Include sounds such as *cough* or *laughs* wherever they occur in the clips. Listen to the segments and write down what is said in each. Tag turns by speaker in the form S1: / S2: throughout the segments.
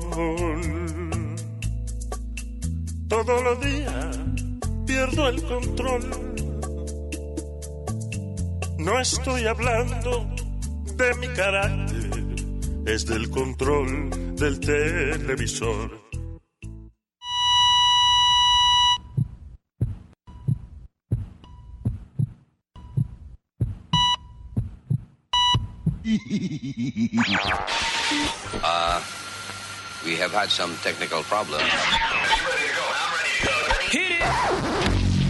S1: control. Todos los días pierdo el control. No estoy hablando de mi carácter, es del control del televisor.
S2: Uh, we have had some technical problems.
S3: Hit it!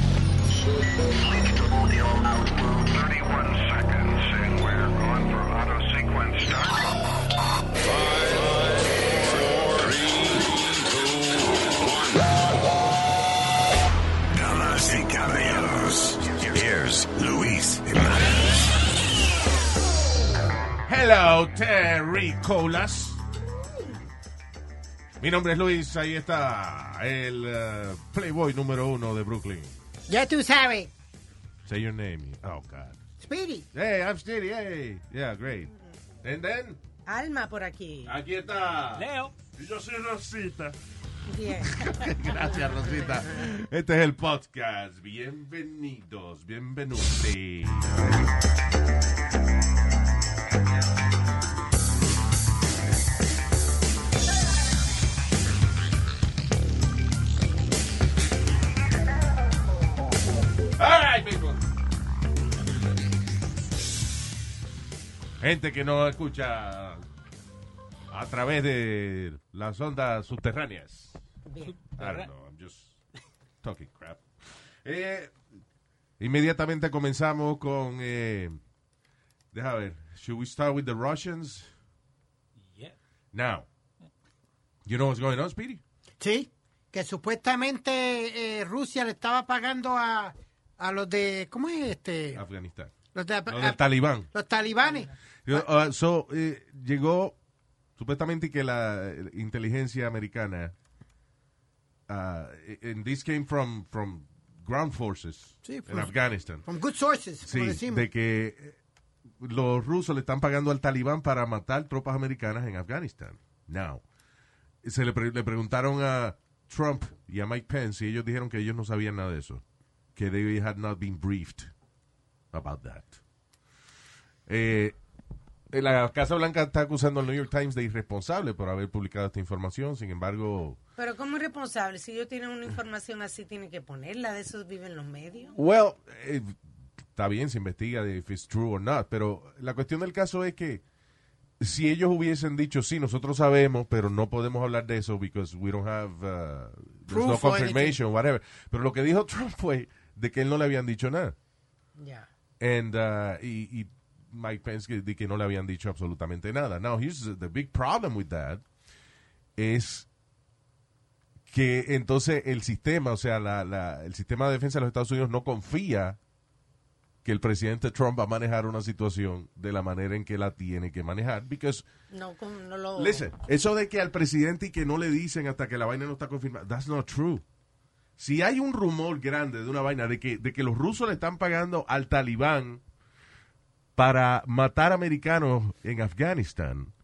S4: Damas y caballeros, here's Luis Jimenez.
S5: Hello, Terry Colas. Mi nombre es Luis, ahí está el eh, Playboy número uno de Brooklyn.
S6: Ya tú sabes.
S5: Say your name. Oh, God.
S6: Speedy.
S5: Hey, I'm Steady, hey. Yeah, great. And then, *laughs*
S7: Alma por aquí.
S5: aquí está.
S3: Leo.
S1: Yo soy Rosita.
S7: Bien.
S5: Gracias, Rosita. Este es el podcast. Bienvenidos, bienvenuti. All right, people. Gente que no escucha a través de las ondas subterráneas.
S7: Bien.
S5: I don't know, I'm just talking crap. Eh, inmediatamente comenzamos con. Eh, deja ver. Should we start with the Russians?
S3: Yeah.
S5: Now. You know what's going on, Speedy?
S6: Sí. Que supuestamente eh, Rusia le estaba pagando a, a los de. ¿Cómo es este?
S5: Afganistán.
S6: Los, de-
S5: Lo
S6: a-
S5: del Talibán.
S6: los talibanes. *laughs*
S5: Yo, uh, so, eh, llegó supuestamente que la eh, inteligencia americana. Uh, and this came from, from ground forces
S6: Sí,
S5: in
S6: from-
S5: Afghanistan.
S6: From good sources, como
S5: Sí,
S6: decimos.
S5: de que eh, los rusos le están pagando al talibán para matar tropas americanas en Afganistán. Now, se le, pre- le preguntaron a Trump y a Mike Pence y ellos dijeron que ellos no sabían nada de eso, que they had not been briefed about that. Eh, la Casa Blanca está acusando al New York Times de irresponsable por haber publicado esta información. Sin embargo,
S7: Pero como irresponsable, si ellos tienen una información así, tienen que ponerla, de esos viven los medios.
S5: Well, eh, está bien, se investiga de if it's true or not, pero la cuestión del caso es que si ellos hubiesen dicho, sí, nosotros sabemos, pero no podemos hablar de eso because we don't have uh, there's no
S6: Proof or
S5: confirmation, whatever. Pero lo que dijo *laughs* Trump fue de que él no le habían dicho nada.
S7: Ya.
S5: And, uh, y, y Mike Pence que, di que no le habían dicho absolutamente nada. Now, here's the big problem with that es que entonces el sistema, o sea, la- la- el sistema de defensa de los Estados Unidos no confía que el presidente Trump va a manejar una situación de la manera en que la tiene que manejar. Because,
S7: No, como no lo.
S5: listen, eso de que al presidente y que no le dicen hasta que la vaina no está confirmada, that's not true. Si hay un rumor grande de una vaina de que, de que los rusos le están pagando al talibán para matar americanos en Afganistán,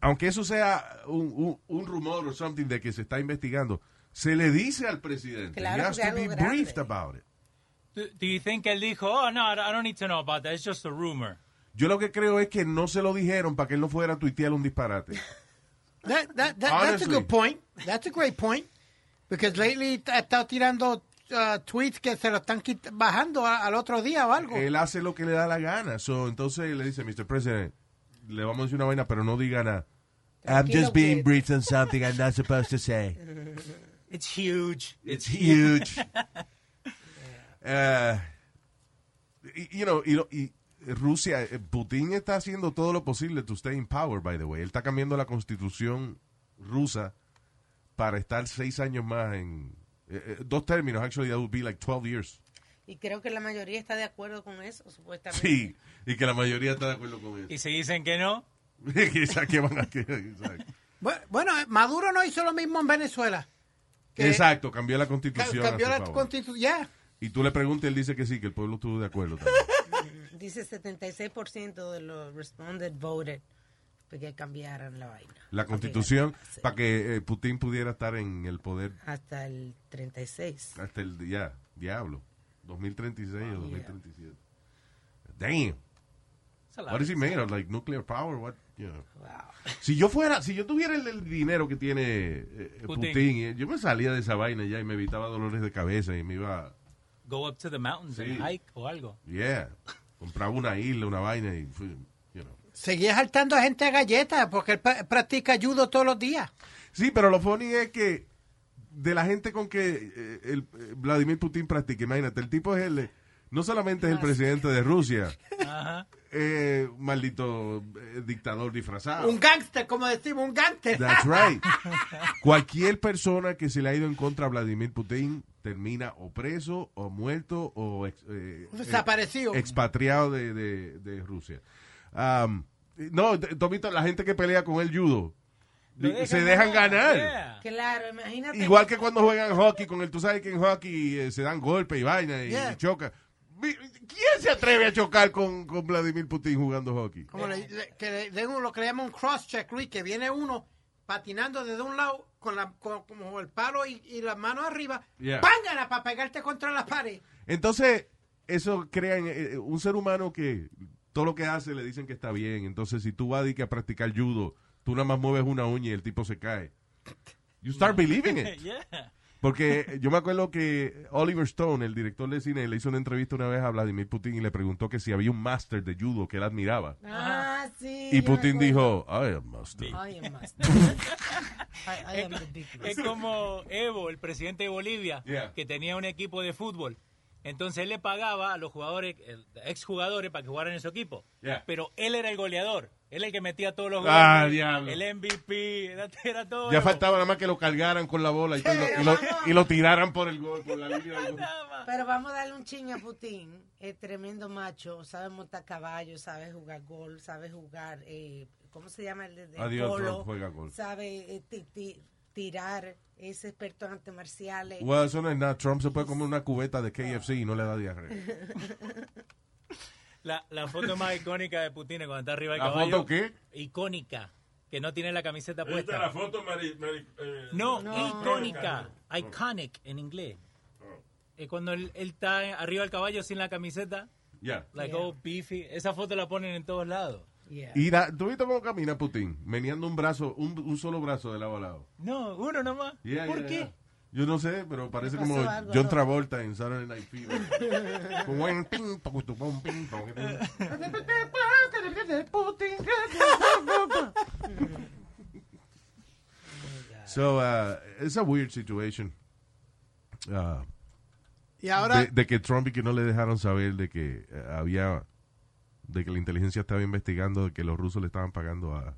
S5: aunque eso sea un, un- un rumor o something de que se está investigando, se le dice al presidente.
S7: Claro,
S5: you have
S7: porque
S5: to be
S7: algo grande.
S5: briefed about it.
S3: Do, do you think él dijo, oh, no, I don't- I don't need to know about that. It's just a rumor.
S5: Yo lo que creo es que no se lo dijeron para que él no fuera a tuitear
S7: *laughs*
S5: un disparate.
S6: That- that- that- that's a
S5: Honestly.
S6: good point. That's a great point. Because lately ha estado tirando uh, tweets que se lo están quit- bajando a- al otro día o algo.
S5: él hace lo que le da la gana. So, entonces le dice, Mr. President, le vamos a decir una vaina, pero no diga nada. I'm
S7: just being
S5: briefed on something I'm not supposed to say.
S8: *laughs*
S3: It's huge.
S5: It's huge. Eh, y- you know, y, lo- y Rusia, eh, Putin está haciendo todo lo posible to stay in power, by the way. Él está cambiando la constitución rusa para estar seis años más en... eh, eh, dos términos, actually, that would be like 12 years.
S7: Y creo que la mayoría está de acuerdo con eso, supuestamente.
S5: Sí, y que la mayoría está de acuerdo con eso.
S3: Y si dicen
S5: *laughs*
S3: que no,
S5: Quizá que van a quedar, exacto.
S6: Bu- Bueno, eh, Maduro no hizo lo mismo en Venezuela. Que
S5: Exacto, cambió la
S6: ca-
S5: constitución.
S6: Cambió
S5: a su
S6: la
S5: favor.
S6: constitución. Ya.
S5: y tú le preguntas, él dice que sí, que el
S6: *laughs*
S5: pueblo estuvo de acuerdo. también.
S7: Dice 76% de los responded voted Para que cambiaran la vaina.
S5: La constitución
S7: Para que-
S5: para que eh, Putin pudiera estar en el poder
S7: Hasta el 36.
S5: hasta el ya, diablo. 2036 o 2037. Damn.
S3: It's a lot.
S5: What is he made of? Like nuclear power? What? You know.
S7: Wow.
S5: Si yo fuera, si yo tuviera el, el dinero que tiene eh, eh,
S3: Putin.
S5: Putin, eh, yo me salía de esa vaina ya y me evitaba dolores de cabeza y me iba,
S3: Go up to the mountains
S5: Sí.
S3: and hike o algo.
S5: yeah, compraba una isla, una vaina y, fui, you know.
S6: Seguía saltando a gente a galletas porque él pa- practica judo todos los días.
S5: Sí, pero lo funny es que de la gente con que eh, el, eh, Vladimir Putin practica, imagínate, el tipo es el, eh, no solamente es el presidente de Rusia,
S3: Ajá.
S5: eh, maldito eh, dictador disfrazado.
S6: Un gángster, como decimos, un gángster.
S5: That's right. Cualquier persona que se le ha ido en contra a Vladimir Putin termina o preso o muerto o ex- eh,
S6: Desaparecido.
S5: eh, expatriado de, de- de Rusia. Am, no, t- Tomito, la gente que pelea con el judo
S3: Lo
S5: di- se dejan ganar.
S3: Yeah.
S7: Claro, imagínate.
S5: Igual que cuando juegan hockey con el, tú sabes que en hockey eh, se dan golpes y vaina y,
S6: Yeah.
S5: y chocan. Mi- ¿Quién se atreve a chocar con, con Vladimir Putin jugando hockey?
S6: *laughs* Como le- le- que le den lo que le llaman un cross-check, Luis, que viene uno patinando desde un lado con, la, con- como el palo y, y las manos arriba,
S5: Yeah.
S6: pángala para pegarte contra la pared.
S5: Entonces, eso crea en, eh, un ser humano que todo lo que hace le dicen que está bien. Entonces, si tú vas di que a practicar judo, tú nada más mueves una uña y el tipo se cae. You start believing it.
S3: Yeah.
S5: Porque eh, yo me acuerdo que Oliver Stone, el director de cine, le hizo una entrevista una vez a Vladimir Putin y le preguntó que si había un máster de judo que él admiraba.
S7: Ah, sí. yo me
S5: Y Putin
S7: acuerdo.
S5: dijo, I am master.
S7: I am master. I, I am the big man.
S3: Es como Evo, el presidente de Bolivia,
S5: Yeah.
S3: que tenía un equipo de fútbol. Entonces él le pagaba a los jugadores, el- exjugadores, para que jugaran en su equipo.
S5: Yeah.
S3: Pero él era el goleador. Él el que metía todos los goles.
S5: Ah, diablo.
S3: El MVP, era, era todo.
S5: *laughs* Ya
S3: Evo.
S5: faltaba nada más que lo cargaran con la bola y, todo, y lo, y lo tiraran por el gol, por la línea del gol.
S3: Nada más.
S7: Pero vamos a darle un ching a Putin. Es tremendo macho. Sabe montar caballo, sabe jugar gol, sabe jugar. Eh, ¿Cómo se llama el de, de
S5: Adiós,
S7: polo?
S5: Trump juega gol.
S7: Sabe eh, ti- ti- tirar. Es experto en artes marciales.
S5: Bueno, eso no es nada. Trump se puede comer una cubeta de KFC y no le da diarrea.
S3: La, la foto más icónica de Putin es cuando está arriba del
S5: ¿La
S3: caballo.
S5: foto qué?
S3: Icónica. Que no tiene la camiseta
S1: Ahí está
S3: puesta.
S1: la foto, Mari. Mari- eh,
S3: No,
S7: No.
S3: icónica. Iconic en inglés. Es cuando él, él está arriba del caballo sin la camiseta. *laughs*
S5: Ya.
S3: Like
S7: Yeah.
S3: old beefy. Esa foto la ponen en todos lados.
S7: Yeah.
S5: Y la- ¿Tú viste cómo camina Putin? Meneando un brazo, un, un solo brazo de lado a lado.
S3: No, uno nomás.
S5: Yeah,
S3: ¿Por
S5: yeah,
S3: qué?
S5: yeah. Yo no sé, pero parece
S7: pasó
S5: como
S7: algo,
S5: John
S7: ¿no?
S5: Travolta en Saturday Night
S8: *laughs*
S5: Fever. Como en ping, poco, tu, pum, ping, poco, tu, pum. So, uh, it's a weird situation. Uh,
S6: Y ahora,
S5: de, de que Trump y que no le dejaron saber de que eh, había de que la inteligencia estaba investigando de que los rusos le estaban pagando a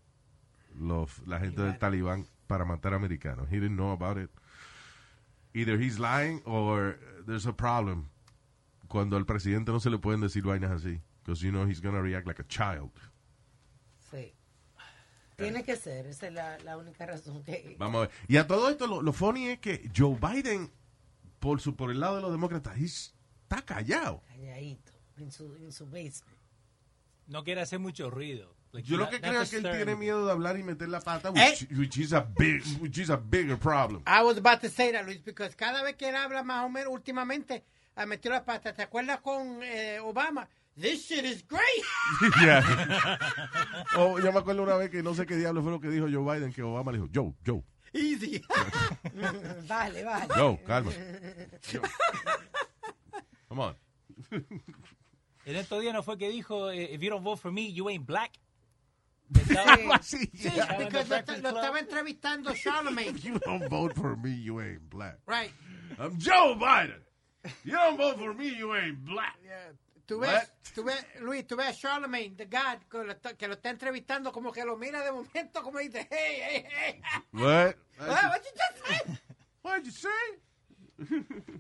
S5: los la gente del talibán para matar americanos. He didn't know about it. Either he's lying or there's a problem. Cuando al presidente no se le pueden decir vainas así, because you know he's gonna react like a child.
S7: *laughs*
S5: Eh.
S7: Sí. Tiene que ser. Esa es la, la única razón que.
S5: Vamos a ver. Y a todo esto lo, lo funny es que Joe Biden por su por el lado de los demócratas he's- está callado.
S7: Calladito. En su, en su basement.
S3: No quiere hacer mucho ruido. Like,
S5: Yo lo
S3: not-
S5: que
S3: not
S5: creo es que él
S3: disturbing.
S5: tiene miedo de hablar y meter la pata, which,
S6: Eh.
S5: which is a big, which is a bigger problem. *laughs*
S6: I was about to say that, Luis, because cada vez que él habla más o menos últimamente, ha metido la pata. ¿Te acuerdas con eh, Obama? This shit is great.
S5: *laughs*
S6: *laughs*
S5: Oh, yo me acuerdo una vez que no sé qué diablo fue lo que dijo Joe Biden, que Obama le dijo, Joe, Joe,
S6: Easy.
S7: Vale, vale.
S5: Joe, calma. Joe. Come on.
S3: En estos días no fue que dijo, eh, if you don't vote for me, you ain't
S5: *laughs*
S3: black.
S7: Sí.
S5: Sí,
S6: Sí,
S5: yeah.
S6: because lo, esta- lo estaba entrevistando Charlemagne.
S5: *laughs* You don't vote for me, you ain't black.
S6: Right.
S5: I'm Joe Biden. You don't vote for me, you ain't black.
S6: Yeah. Tú
S5: What?
S6: ves, tú ves, Luis, tú ves a Charlemagne, the God, que lo, está, que lo está entrevistando, como que lo mira de momento, como dice, hey, hey, hey.
S5: What?
S6: Ah, what you just said?
S5: What'd you say?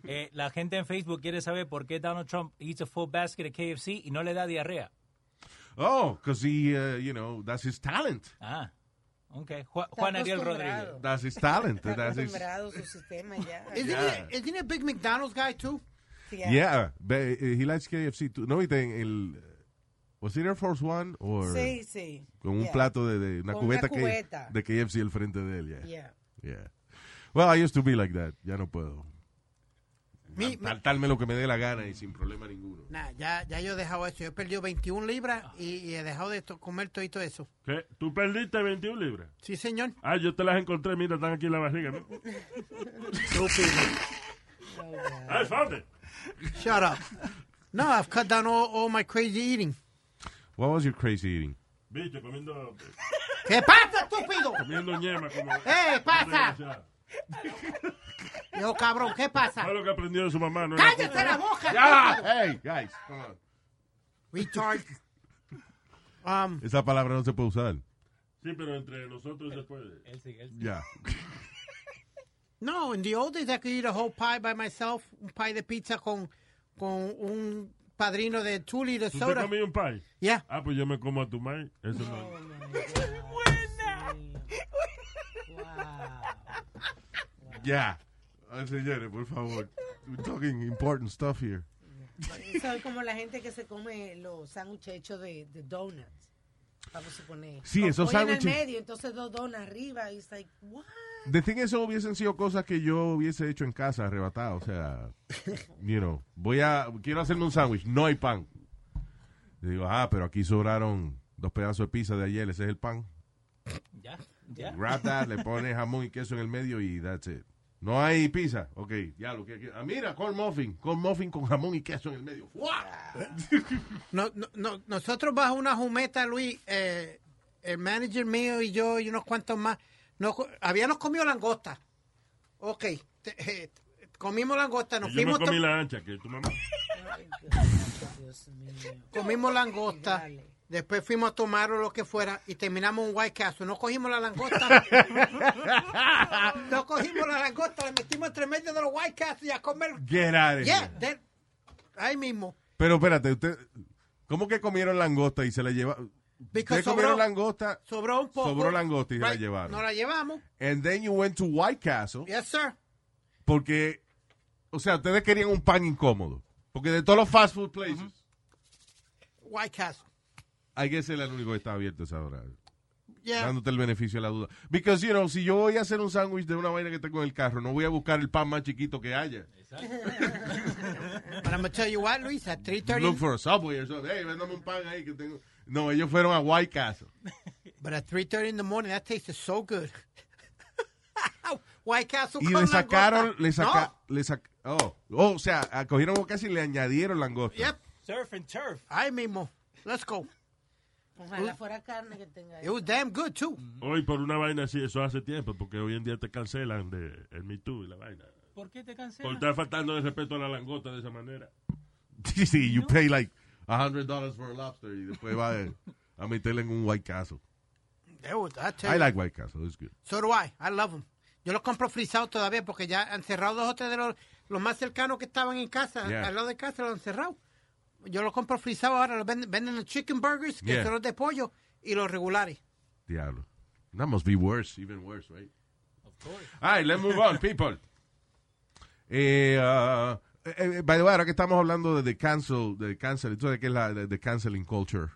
S3: Eh, la gente en Facebook quiere saber por qué Donald Trump eats a full basket of KFC y no le da diarrea.
S5: Oh, because he, uh, you know, that's his talent.
S3: Ah, ok. Ju- Juan Ariel
S7: acostumbrado.
S3: Rodríguez.
S5: That's his talent.
S7: Está
S5: That's his,
S7: acostumbrado su sistema ya.
S6: *laughs* Isn't,
S5: Yeah.
S6: he, isn't he a big McDonald's guy, too?
S7: Sí,
S5: eh, Yeah, but, uh, he likes KFC too. No, viste en el ¿Was it Air Force One? Or
S7: Sí, sí.
S5: Con un
S7: Yeah.
S5: plato de, de- una,
S7: Con una
S5: cubeta
S7: cubeta.
S5: Que, de KFC al frente de él. Yeah.
S7: Yeah.
S5: Yeah. Well, I used to be like that. Ya no puedo.
S6: Mi- mi-
S5: Saltarme lo que me dé la gana y sin problema ninguno.
S6: nah, ya, ya yo he dejado eso. Yo he perdido 21 libras y, y he dejado de to- comer todo eso.
S1: ¿Qué? ¿Tú perdiste 21 libras?
S6: Sí, señor.
S1: Ah, yo te las encontré, mira, están aquí en la barriga.
S6: *laughs*
S7: Oh, God.
S1: I found it.
S6: Shut up. No, I've cut down all, all my crazy eating.
S5: What was your crazy eating?
S1: Viste, comiendo,
S6: ¿Qué pasa, estúpido?
S1: comiendo ñema como...
S6: *laughs* ¡Eh, pasa!
S1: Desgraciado.
S6: Yo, cabrón, ¿qué pasa?
S1: ¿Sabes lo que aprendió de su mamá? No Era
S6: ¡Cállate
S1: cosa.
S6: la boca!
S5: Ah, hey, guys, come on.
S6: Retard. Um,
S5: Esa palabra no se puede usar.
S1: sí, pero entre nosotros después.
S3: Él sí, él sí.
S5: Ya.
S6: no, in the old days I could eat a whole pie by myself, un pie de pizza con, con un padrino de two liter
S1: ¿Tú te
S6: soda.
S1: comí un pie?
S6: Yeah.
S1: Ah, pues yo me como a tu mai. Eso no.
S5: Ya. Ay, Señores, por favor. We're talking important stuff here.
S7: Eso es como la gente que se come los sándwiches hechos de, de donuts. Vamos a suponer.
S5: Sí,
S7: Con
S5: esos
S7: pollo En
S5: sándwiches.
S7: el medio, entonces dos donuts arriba. Y es like, what?
S5: De thing eso hubiesen sido cosas que yo hubiese hecho en casa, arrebatado. O
S6: *laughs*
S5: sea, you know, voy a, quiero hacerme un sándwich, no hay pan. Y digo, ah, pero aquí sobraron dos pedazos de pizza de ayer, ese es el pan.
S3: Ya, ya.
S5: Grab that,
S6: *laughs*
S5: le pones jamón y queso en el medio y that's it. No hay pizza. Ok, ya lo que. que- Ah, mira, corn muffin. Corn muffin con jamón y queso en el medio. ¡Fua!
S6: No, no, no, nosotros bajo una jumeta, Luis, eh, el manager mío y yo y unos cuantos más, no, co- habíamos comido langosta. Ok, te- eh, comimos langosta, nos
S1: Y yo me
S6: fuimos, to-
S1: comí la ancha que tu mamá.
S7: Ay, Dios, Dios mío.
S6: comimos langosta,
S7: Dale.
S6: después fuimos a tomar o lo que fuera y terminamos un White Castle. No cogimos la langosta. no cogimos la langosta, la metimos entre medio de los White Castle y a comer.
S5: Get out of
S6: Yeah,
S5: here.
S6: that- ahí mismo.
S5: Pero espérate, usted. ¿Cómo que comieron langosta y se la llevaron?
S6: Because
S5: Ustedes comieron
S6: sobró-
S5: langosta
S6: Sobró un poco.
S5: Sobró langosta y se la
S6: Right,
S5: llevaron.
S6: Nos la llevamos.
S5: and then you went to White Castle.
S6: Yes, sir.
S5: Porque, o sea, ustedes querían un pan incómodo. Porque de todos los fast food places,
S6: White Castle.
S5: hay que ser el único que está abierto a esa hora.
S6: Yeah.
S5: Dándote el beneficio de la duda. Because, you know, si yo voy a hacer un sándwich de una vaina que tengo en el carro, no voy a buscar el pan más chiquito que haya.
S6: But I'm gonna tell you what, Luis, at
S5: Look
S6: 3:30,
S5: for a Subway or something. Hey, véndame un pan ahí que tengo. No, ellos fueron a White Castle.
S6: but at 3:30 in the morning, that tasted so good. *laughs* White Castle.
S5: Y
S6: con
S5: le sacaron,
S6: langosta.
S5: le sacaron,
S6: No.
S5: le sac- oh, oh, o sea, a- cogieron casi y le añadieron langosta.
S6: Yep,
S3: Surf and turf.
S6: ahí mismo. Let's go.
S7: Ojalá fuera carne que tenga
S6: It was damn good too.
S1: Hoy por una vaina así, eso hace tiempo, porque hoy en día te cancelan de el Me Too y la vaina.
S3: ¿Por qué te
S1: Por
S3: cancelan?
S1: estar faltando de respeto a la langota de esa manera.
S5: *laughs* Sí, you pay like $100 for a lobster y después va a, a meterle en un White Castle.
S6: It was, I tell
S5: I
S6: you.
S5: like White Castle, it's good.
S6: So do I. I love them. Yo los compro frisados todavía porque ya han cerrado dos o tres de los, los más cercanos que estaban en casa,
S5: Yeah.
S6: al lado de casa, los han cerrado. Yo los compro frisados ahora, los venden, venden los chicken burgers, que
S5: Yeah.
S6: son los de pollo, y los regulares.
S5: Diablo. That must be worse, even worse, right? Of course. All right, let's move on, people. Eh, uh, eh, eh, by the way, ahora que estamos hablando de the cancel, de cancel, entonces, ¿qué es la de, de canceling culture?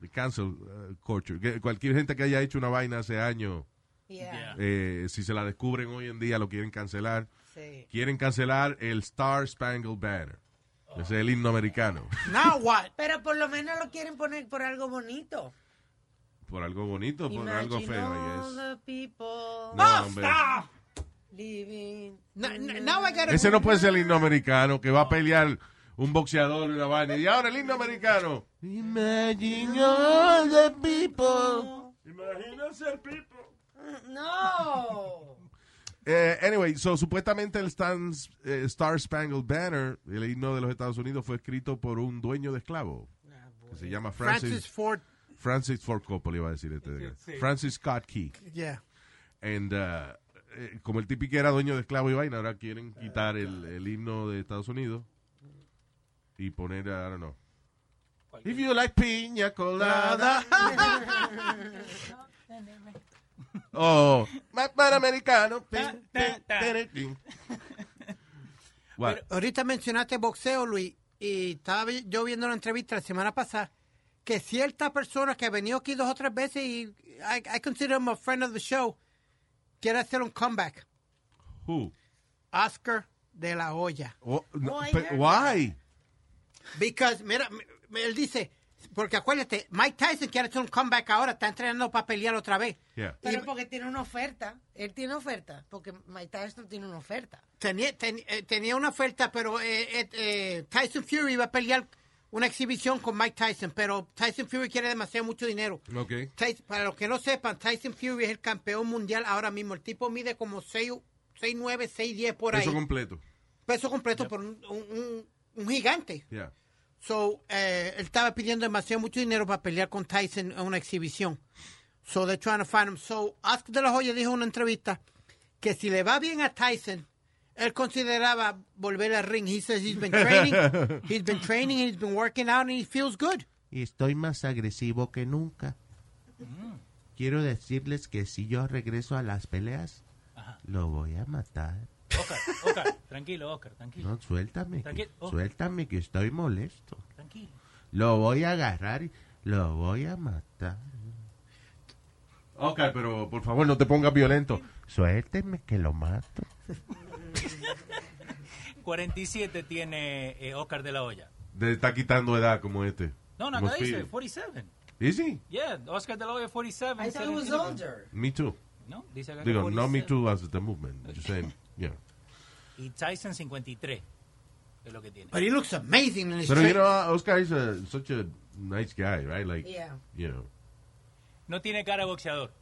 S5: The cancel uh, culture. Que cualquier gente que haya hecho una vaina hace años,
S7: Yeah.
S5: eh, si se la descubren hoy en día, lo quieren cancelar.
S7: Sí.
S5: Quieren cancelar el Star Spangled Banner. Ese es el himno americano.
S6: Now what?
S7: Pero por lo menos lo quieren poner por algo bonito.
S5: Por algo bonito, por
S7: Imagine
S5: algo feo. I
S7: all
S5: guess.
S7: the people
S5: No, hombre.
S7: living.
S6: N- n- now I gotta
S5: Ese no puede ser el himno americano que va a pelear un boxeador y una vaina. Y ahora el himno americano. Imagine all the people.
S1: Imagínense el pipo.
S7: No.
S5: Eh, anyway, so, supuestamente el Stan- eh, Star Spangled Banner, el himno de los Estados Unidos, fue escrito por un dueño de esclavo que se llama
S6: Francis
S5: Francis
S6: Ford.
S5: Francis Ford Coppola, iba a decir este. Francis Scott Key.
S6: Yeah.
S5: And, uh, eh, como el típico era dueño de esclavo y vaina, ahora quieren quitar el, el himno de Estados Unidos y poner, I don't know. If you like piña
S8: *laughs*
S5: colada. oh, más para americano. pin, pin, tin, tin. What?
S6: Ahorita mencionaste boxeo, Luis, y estaba vi- yo viendo una entrevista la semana pasada que cierta persona que venido aquí dos o tres veces y I, I consider him a friend of the show, quiere hacer un comeback.
S1: Who?
S6: Oscar de la Hoya.
S5: Oh, no,
S7: Oh, I
S5: pe-
S7: heard
S5: why?
S6: Because, mira, m- m- él dice, porque acuérdate, Mike Tyson quiere hacer un comeback ahora, está entrenando para pelear otra vez.
S5: Yeah.
S7: Pero porque tiene una oferta. Él tiene oferta. Porque Mike Tyson tiene una oferta.
S6: Tenía, ten- eh, tenía una oferta, pero eh, eh, eh, Tyson Fury iba a pelear una exhibición con Mike Tyson, pero Tyson Fury quiere demasiado mucho dinero.
S5: Okay.
S6: Tyson- para los que no sepan, Tyson Fury es el campeón mundial ahora mismo. El tipo mide como 6'9", 6'10", por ahí.
S5: Eso completo.
S6: peso completo por un, un- un- un gigante.
S5: Yeah.
S6: So, eh, él estaba pidiendo demasiado mucho dinero para pelear con Tyson en una exhibición. So, they're trying to find him. So, Oscar de la Hoya dijo en una entrevista que si le va bien a Tyson, él consideraba volver al ring. He says he's been training, he's been training, he's been working out, and he feels good.
S8: y estoy más agresivo que nunca. Quiero decirles que si yo regreso a las peleas, lo voy a matar.
S3: Oscar, Oscar, tranquilo, Oscar, tranquilo,
S8: No, suéltame, que,
S3: Tranquilo. Oh.
S8: suéltame que estoy molesto.
S3: tranquilo.
S8: Lo voy a agarrar y lo voy a matar.
S5: Ok, pero por favor no te pongas violento.
S8: Suélteme que lo mato.
S3: 47 tiene eh, Oscar de la Hoya.
S5: Te está quitando edad como este.
S3: No, no,
S5: Como
S3: acá dice
S5: Speedy.
S3: 47.
S5: Is he?
S3: Yeah, Oscar de la Hoya 47.
S7: I thought he was
S3: 17.
S7: older.
S5: Me too.
S3: No, dice acá que
S5: Digo, no me
S3: 47.
S5: too as the movement. Just saying, yeah.
S3: Y Tyson 53 es lo que tiene.
S6: But he looks amazing in his
S5: Pero, you
S6: training.
S5: know, Oscar is a, such a nice guy, right? Like,
S7: Yeah.
S5: you know.
S3: No tiene cara de boxeador.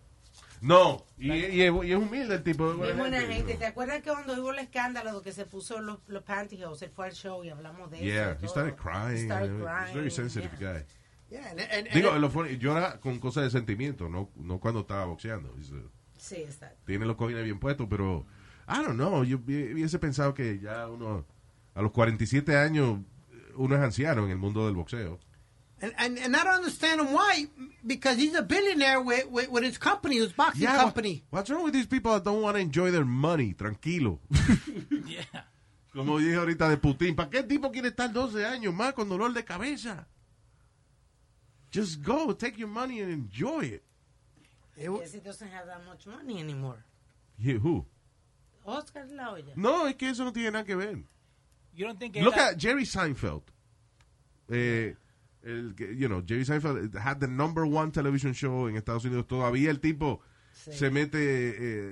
S5: No, y, y es, y es humilde el tipo. es
S7: Es buena gente.
S5: you
S7: ¿Te acuerdas que cuando hubo el escándalo de que se puso los, los pantyhose, él fue al show y hablamos de
S5: know. Yeah,
S7: eso?
S5: he
S7: y
S5: started
S7: todo?
S5: crying.
S7: He started
S5: and everything. He's a
S7: crying,
S5: very sensitive
S7: yeah.
S5: guy.
S6: Yeah, and- and- and-
S5: Digo, lo funny, llora con cosas de sentimiento, no, no cuando estaba boxeando. He's a-
S7: Sí, exacto.
S5: tiene los cojines bien puestos, pero I don't know, yo hubie- hubiese pensado que ya uno a los 47 años uno es anciano en el mundo del boxeo.
S6: And, and and I don't understand him why, because he's a billionaire with, with, with his company, his boxing
S5: Yeah,
S6: company.
S5: what- what's wrong with these people that don't want to enjoy their money? Tranquilo.
S3: Yeah.
S5: Como dije ahorita de Putin, ¿para qué tipo quiere estar 12 años más con dolor de cabeza? Just go, take your money and enjoy it.
S6: It wa-
S7: Yes, he doesn't have that much money anymore.
S5: Yeah, who?
S7: Oscar La Hoya.
S5: No, es que eso no tiene nada que ver.
S3: You don't think
S5: Look
S3: esta-
S5: at Jerry Seinfeld. Eh, el, que- you know, Jerry Seinfeld had the number one television show en Estados Unidos. Todavía el tipo se mete,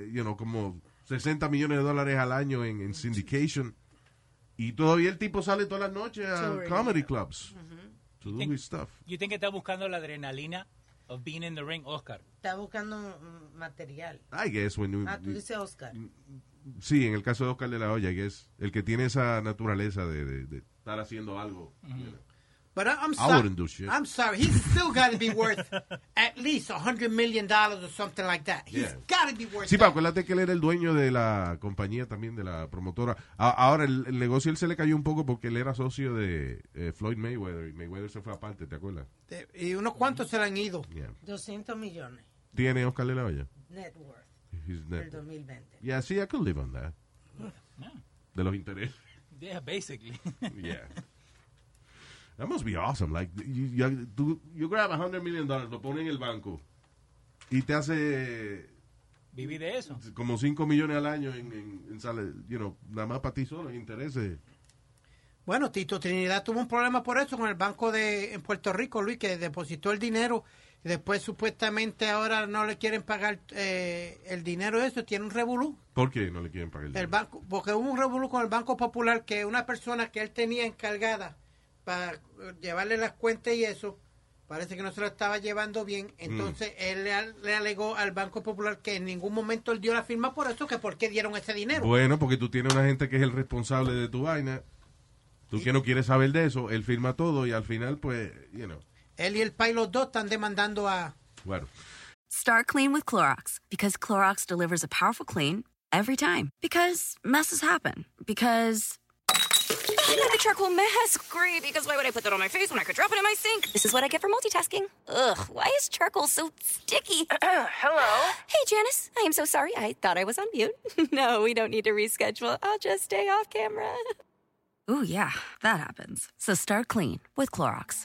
S5: eh, you know, como 60 millones de dólares al año en, en syndication. Y todavía el tipo sale todas las noches a
S7: Touring.
S5: comedy clubs to do
S3: Think-
S5: his stuff.
S3: you think está buscando la adrenalina of being in the ring, Oscar.
S7: Está buscando mm, material.
S5: I guess when you, Mm.
S7: Ah, tú dices Oscar.
S5: sí, en el caso de Oscar de la Hoya, I guess el que tiene esa naturaleza de, de- de estar haciendo algo. you know.
S6: But I, I'm
S5: I
S6: sorry.
S5: wouldn't do shit.
S6: I'm sorry. He's still got
S5: *laughs*
S6: to be worth at least a hundred million dollars or something like that. He's
S5: Yeah.
S6: got to be worth.
S5: Sí,
S6: that.
S5: pero acuérdate que él era el dueño de la compañía también, de la promotora. A- ahora, el, el negocio él se le cayó un poco porque él era socio de eh, Floyd Mayweather y Mayweather se fue aparte, ¿te acuerdas?
S6: Eh, Y unos cuantos se le han ido.
S5: Yeah.
S7: 200 millones.
S5: ¿Tiene Oscar de la Hoya?
S7: Net worth.
S5: His
S7: Del
S5: net-
S7: 2020.
S5: Yeah, sí, I could live on that.
S3: Yeah.
S5: De los intereses.
S3: Yeah, basically.
S5: Yeah. That must be awesome. Like, you, you, tú- you grab a hundred million dollars, lo pones en el banco y te hace
S3: Viví de eso.
S5: como 5 millones al año en, en, en sale- you know, nada más para ti solo, en intereses.
S6: Bueno, Tito Trinidad tuvo un problema por eso con el banco de en Puerto Rico, Luis, que depositó el dinero y después supuestamente ahora no le quieren pagar eh, el dinero. Eso tiene un revolú.
S5: ¿Por qué no le quieren pagar el
S6: El
S5: dinero?
S6: banco, porque hubo un revolú con el Banco Popular que una persona que él tenía encargada para eh, llevarle las cuentas y eso, parece que no se lo estaba llevando
S5: Mm.
S6: bien. Entonces él le, al- le alegó al Banco Popular que en ningún momento él dio la firma por eso, que por qué dieron ese dinero.
S5: Bueno, porque tú tienes una gente que es el responsable de tu vaina. Tú que no quieres saber de eso, él firma todo y al final, pues, you know,
S6: Él y el país los dos *laughs* están demandando a...
S5: bueno.
S9: Start clean with Clorox because Clorox delivers a powerful clean every time. Because messes happen. Because. *laughs* I have a charcoal mask. Great, because why would I put that on my face when I could drop it in my sink? This is what I get for multitasking. Ugh, why is charcoal so sticky? Hello? Hey, Janice. I am so sorry. I thought I was on mute. *laughs* no, we don't need to reschedule. I'll just stay off camera. *laughs* Ooh, yeah, that happens. So start clean with Clorox.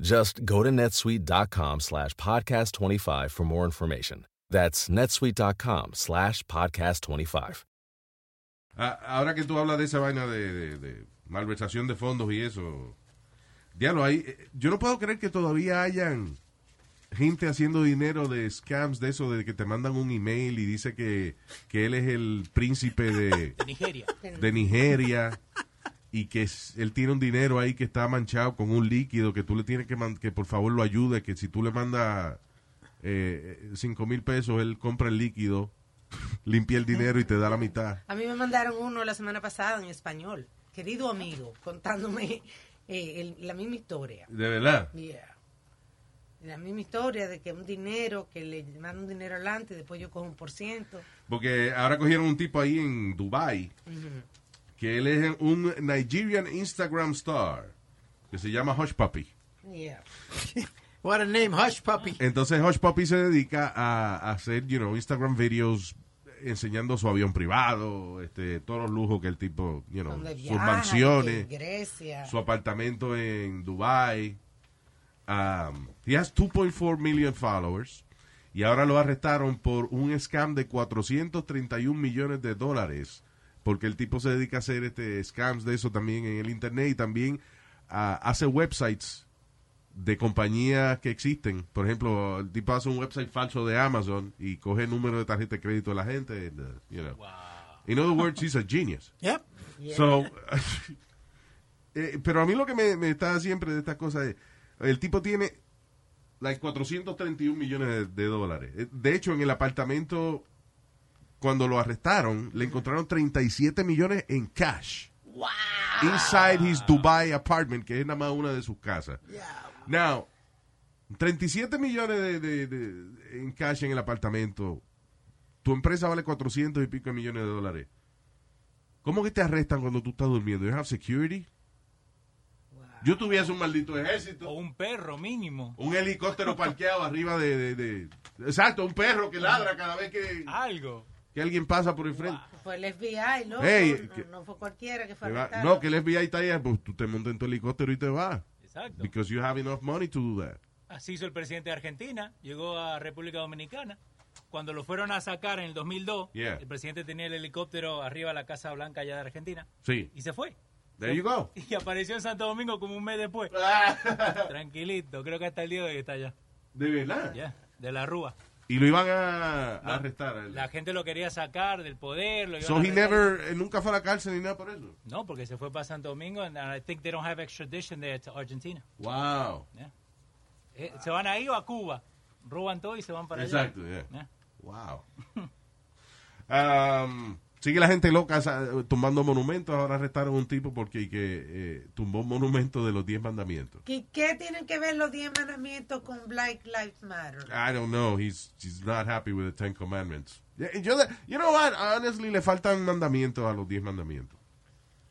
S10: Just go to netsuite.com slash podcast 25 for more information. That's netsuite.com slash podcast 25.
S5: Ah, Ahora que tú hablas de esa vaina de, de- de malversación de fondos y eso, diablo, ahí, eh, yo no puedo creer que todavía hayan gente haciendo dinero de scams de eso, de que te mandan un email y dice que, que él es el príncipe de,
S3: Nigeria.
S5: de Nigeria y que es- él tiene un dinero ahí que está manchado con un líquido que tú le tienes que man- que por favor lo ayude, que si tú le mandas eh, 5 mil pesos, él compra el líquido, *laughs* limpia el dinero y te da la mitad.
S7: A mí me mandaron uno la semana pasada en español. Querido amigo, contándome eh, el- la misma historia.
S5: ¿De verdad?
S7: Yeah. La misma historia de que un dinero, que le mando un dinero adelante y después yo cojo un por ciento.
S5: Porque ahora cogieron un tipo ahí en Dubai
S7: Ujú.
S5: que él es un Nigerian Instagram star que se llama Hush Puppy.
S7: Yeah.
S6: What a name, Hush Puppy.
S5: Entonces Hush Puppy se dedica a, a hacer, you know, Instagram videos enseñando su avión privado, este, todos los lujos que el tipo, you know,
S7: Donde
S5: sus
S7: viaja,
S5: mansiones,
S7: que en Grecia.
S5: su apartamento en Dubai. Um, he has 2.4 million followers y ahora lo arrestaron por un scam de 431 millones de dólares porque el tipo se dedica a hacer este scams de eso también en el internet y también ah, hace websites de compañías que existen. Por ejemplo, el tipo hace un website falso de Amazon y coge el número de tarjeta de crédito de la gente. and, uh, you know. In other words, he's a genius.
S6: Yep.
S5: So, *laughs* eh, pero a mí lo que me, me está siempre de estas cosas es, el tipo tiene like 431 millones de, de dólares. Eh, De hecho, en el apartamento, cuando lo arrestaron, le encontraron 37 millones en cash. Inside his Dubai apartment, que es nada más una de sus casas. Now, 37 millones de, de- de- en cash en el apartamento. Tu empresa vale 400 y pico de millones de dólares. ¿Cómo que te arrestan cuando tú estás durmiendo? You have security? Yo tuviese un maldito ejército.
S3: *laughs* O un perro mínimo.
S5: Un *laughs* helicóptero parqueado arriba de, de- de- Exacto, un perro que ladra cada vez que,
S3: Algo.
S5: que alguien pasa por el frente.
S7: Fue el FBI, loco.
S5: Ey,
S7: no,
S5: que-
S7: no fue cualquiera que fue
S5: Te va-
S7: arrestado.
S5: no, que el FBI está ahí, pues tú te montas en tu helicóptero y te vas.
S3: Exacto.
S5: Because you have enough money to do that.
S3: Así hizo el presidente de Argentina, llegó a República Dominicana. Cuando lo fueron a sacar en el 2002,
S5: Yeah.
S3: el presidente tenía el helicóptero arriba de la Casa Blanca allá de Argentina
S5: Sí.
S3: y se fue. *laughs*
S5: There you go.
S3: Y apareció en Santo Domingo como un mes después. *laughs* Tranquilito, creo que hasta el día de hoy está allá.
S5: Ah. De verdad.
S3: Ya, de la Rúa.
S5: Y lo iban a, a arrestar. a él.
S3: La gente lo quería sacar del poder. Lo iban
S5: So
S3: a
S5: he
S3: arrestar.
S5: never, eh, nunca fue a la cárcel ni nada por eso.
S3: No, porque se fue para Santo Domingo and I think they don't have extradition there to Argentina.
S5: Wow.
S3: Yeah. Eh, Se van ahí o a Cuba. Roban todo y se van para allá.
S5: Exacto, yeah.
S3: Yeah.
S5: Wow. Um, sigue la gente loca sa- tumbando monumentos. Ahora arrestaron un tipo porque que, eh, tumbó un monumento de los 10 mandamientos.
S7: ¿Qué, qué tienen que ver los 10 mandamientos con Black Lives Matter?
S5: I don't know. He's, he's not happy with the Ten Commandments. Yeah, Yo, de- you know what? Honestly, le faltan mandamientos a los 10 mandamientos.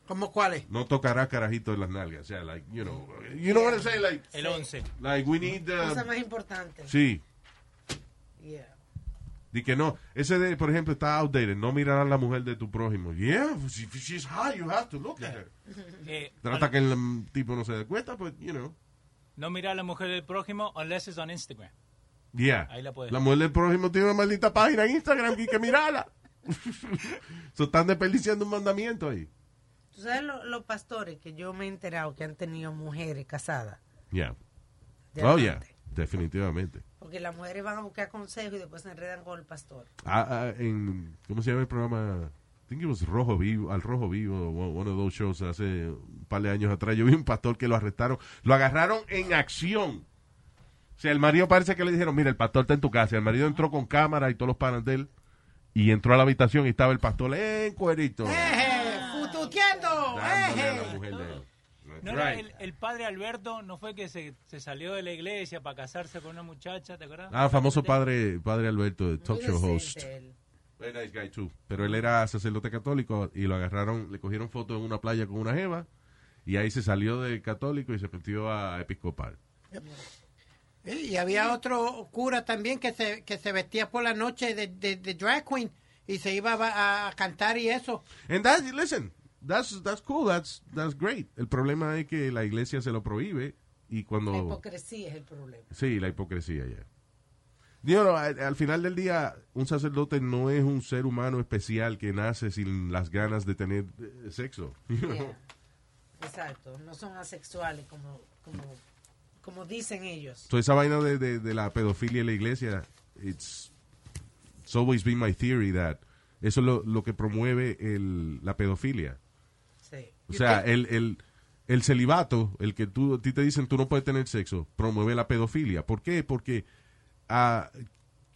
S6: ¿Cómo cuáles?
S5: No tocará carajito en las nalgas. O sea, like, you know, you know what I'm saying? Like,
S3: El 11.
S5: like we need... uh,
S7: Cosa más importante.
S5: sí.
S7: Yeah.
S5: Di que no. Ese, de, por ejemplo, está outdated. No mirarás a la mujer de tu prójimo. Yeah, she- she's hot, you have to look at her.
S3: Eh,
S5: Trata que el mm, tipo no se dé cuenta, pues, you know.
S3: No mirar a la mujer del prójimo unless it's on Instagram.
S5: Yeah.
S3: Ahí la puedes.
S5: La mujer del prójimo tiene una maldita página en Instagram y hay que mirarla. *laughs* so, están desperdiciando un mandamiento ahí.
S7: ¿Tú sabes lo- los pastores que yo me he enterado que han tenido mujeres casadas?
S5: Yeah.
S7: De
S5: Oh, yeah. Definitivamente.
S7: Porque las mujeres van a buscar consejos y después se enredan con el pastor.
S5: Ah, ah, en, ¿Cómo se llama el programa? I think it was Rojo Vivo, al Rojo Vivo, one one of those shows hace un par de años atrás. Yo vi un pastor que lo arrestaron, lo agarraron en acción. O sea, el marido parece que le dijeron, mira, el pastor está en tu casa. El marido entró con cámara y todos los panas de él y entró a la habitación y estaba el pastor en cuerito.
S6: ¡Eje! ¡Fututeando!
S5: Dándole a
S6: ¡Eje!
S8: eh.
S3: eh,
S5: la mujer de él.
S3: No era
S5: Right.
S3: el, el padre Alberto no fue que se, se salió de la iglesia para casarse con una muchacha, ¿te acuerdas?
S5: Ah, famoso padre, padre Alberto, de talk show
S3: decente
S5: host.
S3: él.
S5: Very nice guy too. Pero él era sacerdote católico y lo agarraron, le cogieron foto en una playa con una jeva y ahí se salió de católico y se metió a episcopal.
S6: Eh, Y había otro cura también que se, que se vestía por la noche de, de, de drag queen y se iba a, a cantar y eso.
S5: And that, listen, that's, that's cool, that's, that's great. El problema es que la iglesia se lo prohíbe y
S1: Oh.
S7: La
S5: cuando...
S7: hipocresía es el problema.
S5: Sí, la hipocresía ya. Digo, no, al, al final del día, un sacerdote no es un ser humano especial que nace sin las ganas de tener eh, sexo. you know.
S7: Yeah. Exacto. No son asexuales como, como, como dicen ellos.
S5: *laughs* So, esa vaina de, de- de la pedofilia en la iglesia, it's, it's always been my theory that eso es lo, lo que promueve el- la pedofilia.
S7: Sí.
S5: O sea, eh, el, el, el celibato, el que tú, a ti te dicen tú no puedes tener sexo, promueve la pedofilia. ¿Por qué? Porque ah,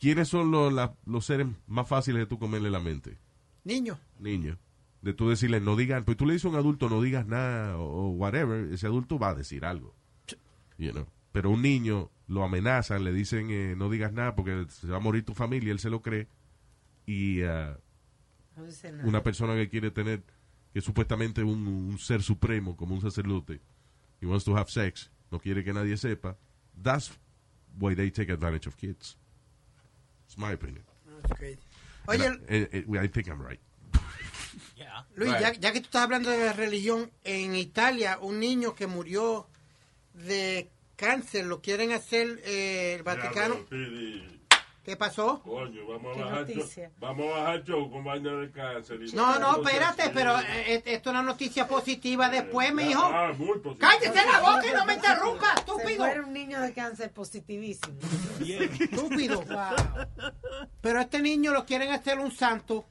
S5: ¿quiénes son los- la- los seres más fáciles de tú comerle la mente?
S6: Niño.
S5: niño, de tú decirle, no digan, pues tú le dices a un adulto, no digas nada o, o whatever, ese adulto va a decir algo. You know? Pero un niño lo amenazan, le dicen, eh, no digas nada porque se va a morir tu familia, él se lo cree. Y ah,
S7: No dicen nada.
S5: una persona que quiere tener, que es supuestamente un, un ser supremo, como un sacerdote, he wants to have sex, no quiere que nadie sepa, that's why they take advantage of kids. It's my opinion.
S6: Oye,
S5: And I, and- and I think I'm right.
S6: Luis,
S5: Right.
S6: ya, ya que tú estás hablando de religión, en Italia un niño que murió de cáncer, lo quieren hacer eh, el Vaticano. Oh.
S1: Diablo, Pidi.
S6: ¿Qué pasó?
S1: Coño, vamos
S6: Qué
S1: a bajar
S6: noticia.
S1: show. Vamos a bajar show con vaina de cáncer. y-
S6: No, no, espérate, pero eh, eh, esto es una noticia positiva después, mi hijo.
S1: Ah, muy posible.
S6: ¡Cállese la boca y no me interrumpa,
S7: Se
S6: estúpido!
S7: muere un niño de cáncer positivísimo.
S6: Estúpido. Pero a este niño lo quieren hacer un santo.